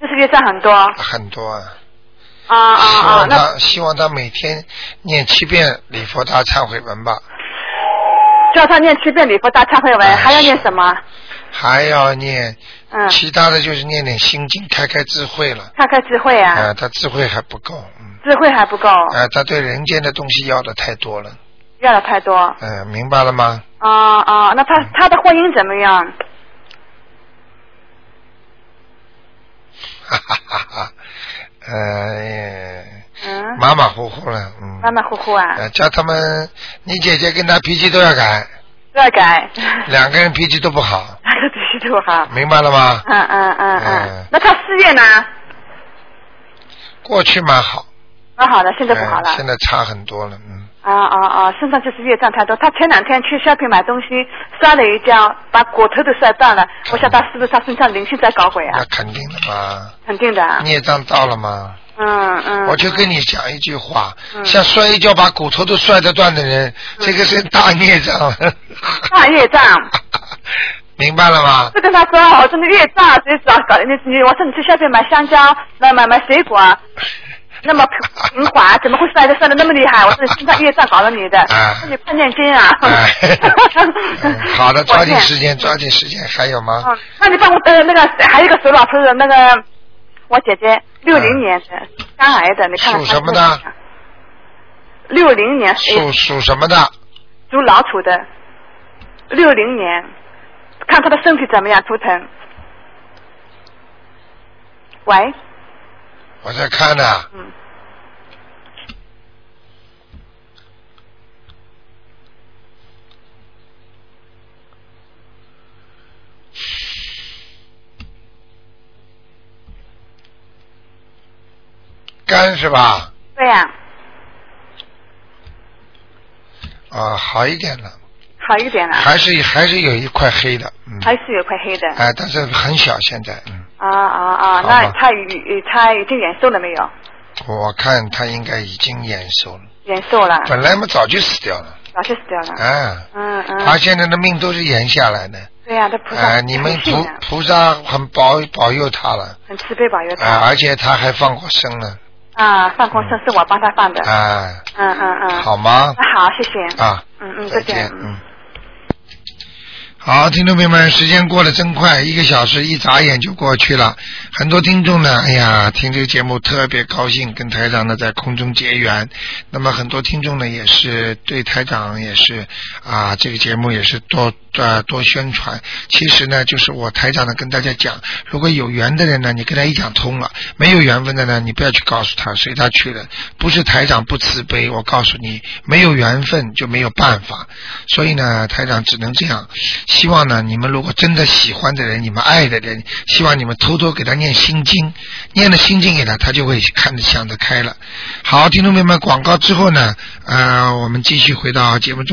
Speaker 10: 就是业障很多。啊
Speaker 1: 很多啊。
Speaker 10: 啊
Speaker 1: 希
Speaker 10: 啊！
Speaker 1: 望
Speaker 10: 那
Speaker 1: 他希望他每天念七遍礼佛大忏悔文吧，
Speaker 10: 叫他念七遍礼佛大忏悔文，
Speaker 1: 嗯
Speaker 10: 还要念什么？
Speaker 1: 还要念，
Speaker 10: 嗯
Speaker 1: 其他的就是念点心经，开开智慧了。
Speaker 10: 看看智慧
Speaker 1: 啊、
Speaker 10: 啊，
Speaker 1: 他智慧还不够，啊、
Speaker 10: 智慧还不够，
Speaker 1: 他对人间的东西要的太多了，
Speaker 10: 要的太多。
Speaker 1: 嗯、明白了吗？
Speaker 10: 啊啊，那
Speaker 1: 嗯
Speaker 10: 他他的婚姻怎么样？
Speaker 1: 哈哈哈哈，呃，
Speaker 10: 嗯，
Speaker 1: 马马虎虎了，嗯，
Speaker 10: 马马虎虎啊，
Speaker 1: 呃，叫他们，你姐姐跟他脾气都要改，
Speaker 10: 不要 改，
Speaker 1: 两个人脾气都不好，
Speaker 10: 脾气都好。
Speaker 1: 明白了吗？
Speaker 10: 嗯嗯嗯
Speaker 1: 嗯
Speaker 10: 嗯，那他事业呢？
Speaker 1: 过去蛮好，
Speaker 10: 蛮好的，现在不好
Speaker 1: 嗯
Speaker 10: 了。
Speaker 1: 现在差很多了，嗯，
Speaker 10: 啊啊啊！身上就是业障太多。他前两天去 shopping 买东西，摔了一跤，把骨头都摔断了。我
Speaker 1: 嗯
Speaker 10: 想他是不是他身上灵性在搞鬼啊
Speaker 1: 那？肯定的嘛，
Speaker 10: 肯定的啊。
Speaker 1: 孽障到了嘛。
Speaker 10: 嗯嗯。
Speaker 1: 我就跟你讲一句话，
Speaker 10: 嗯
Speaker 1: 像摔一跤把骨头都摔得断的人，这个是大孽 障，
Speaker 10: 大业障，
Speaker 1: 明白了吗？
Speaker 10: 就跟他说，我真的业障，所以找搞你你，我说你去 shopping 买香蕉，买买买水果。那么平滑，怎么会摔得摔得那么厉 害？我是身上业障搞了你的，那你快念经啊！
Speaker 1: 啊 哎，嗯好的，
Speaker 10: 我
Speaker 1: 抓紧
Speaker 10: 念
Speaker 1: 时间，抓紧时间，还有吗？
Speaker 10: 嗯，那你帮我呃那个还有一个手老头的那个我姐姐六零年的肝癌的，你看看
Speaker 1: 哎属什么
Speaker 10: 她
Speaker 1: 的
Speaker 10: 是？？六零年哎
Speaker 1: 属属什么的？
Speaker 10: 属老鼠的，六零年，看她的身体怎么样，图腾。喂，
Speaker 1: 我在看呢、
Speaker 10: 嗯。
Speaker 1: 肝是吧？
Speaker 10: 对呀、
Speaker 1: 啊，好一点
Speaker 10: 嗯
Speaker 1: 了，
Speaker 10: 好一点了，
Speaker 1: 还是还是有一块黑的，嗯，
Speaker 10: 还是有块黑的。
Speaker 1: 哎，但是很小，现在，嗯，
Speaker 10: 啊啊啊！
Speaker 1: 好
Speaker 10: 那
Speaker 1: 吧
Speaker 10: 她已她已经延寿了没有？
Speaker 1: 我看他应该已经延寿了，
Speaker 10: 延寿了，
Speaker 1: 本来嘛早就死掉了，
Speaker 10: 早就死掉了。
Speaker 1: 啊，
Speaker 10: 嗯嗯嗯。
Speaker 1: 他现在的命都是延下来的，
Speaker 10: 对呀、她菩萨、
Speaker 1: 哎，你们
Speaker 10: 很信
Speaker 1: 菩
Speaker 10: 的
Speaker 1: 菩萨很保保佑他了，
Speaker 10: 很慈悲保佑她。
Speaker 1: 啊，而且他还放过生了，
Speaker 10: 啊，放空声是我帮他放的。
Speaker 1: 啊，
Speaker 10: 嗯嗯嗯。
Speaker 1: 好吗？
Speaker 10: 那好，谢谢。
Speaker 1: 啊，
Speaker 10: 嗯嗯，
Speaker 1: 再
Speaker 10: 再
Speaker 1: 见
Speaker 10: 见。，
Speaker 1: 嗯。好，听众朋友们，时间过得真快，一个小时一眨眼就过去了。很多听众呢，哎呀，听这个节目特别高兴，跟台长呢在空中结缘。那么很多听众呢，也是对台长也是啊，这个节目也是多呃多宣传。其实呢，就是我台长呢跟大家讲，如果有缘的人呢，你跟他一讲通了；没有缘分的呢，你不要去告诉他，随他去了。不是台长不慈悲，我告诉你，没有缘分就没有办法。所以呢，台长只能这样。希望呢，你们如果真的喜欢的人，你们爱的人，希望你们偷偷给他念心经，念了心经给他，他就会看得想得开了。好，听众朋友们，广告之后呢，呃，我们继续回到节目中。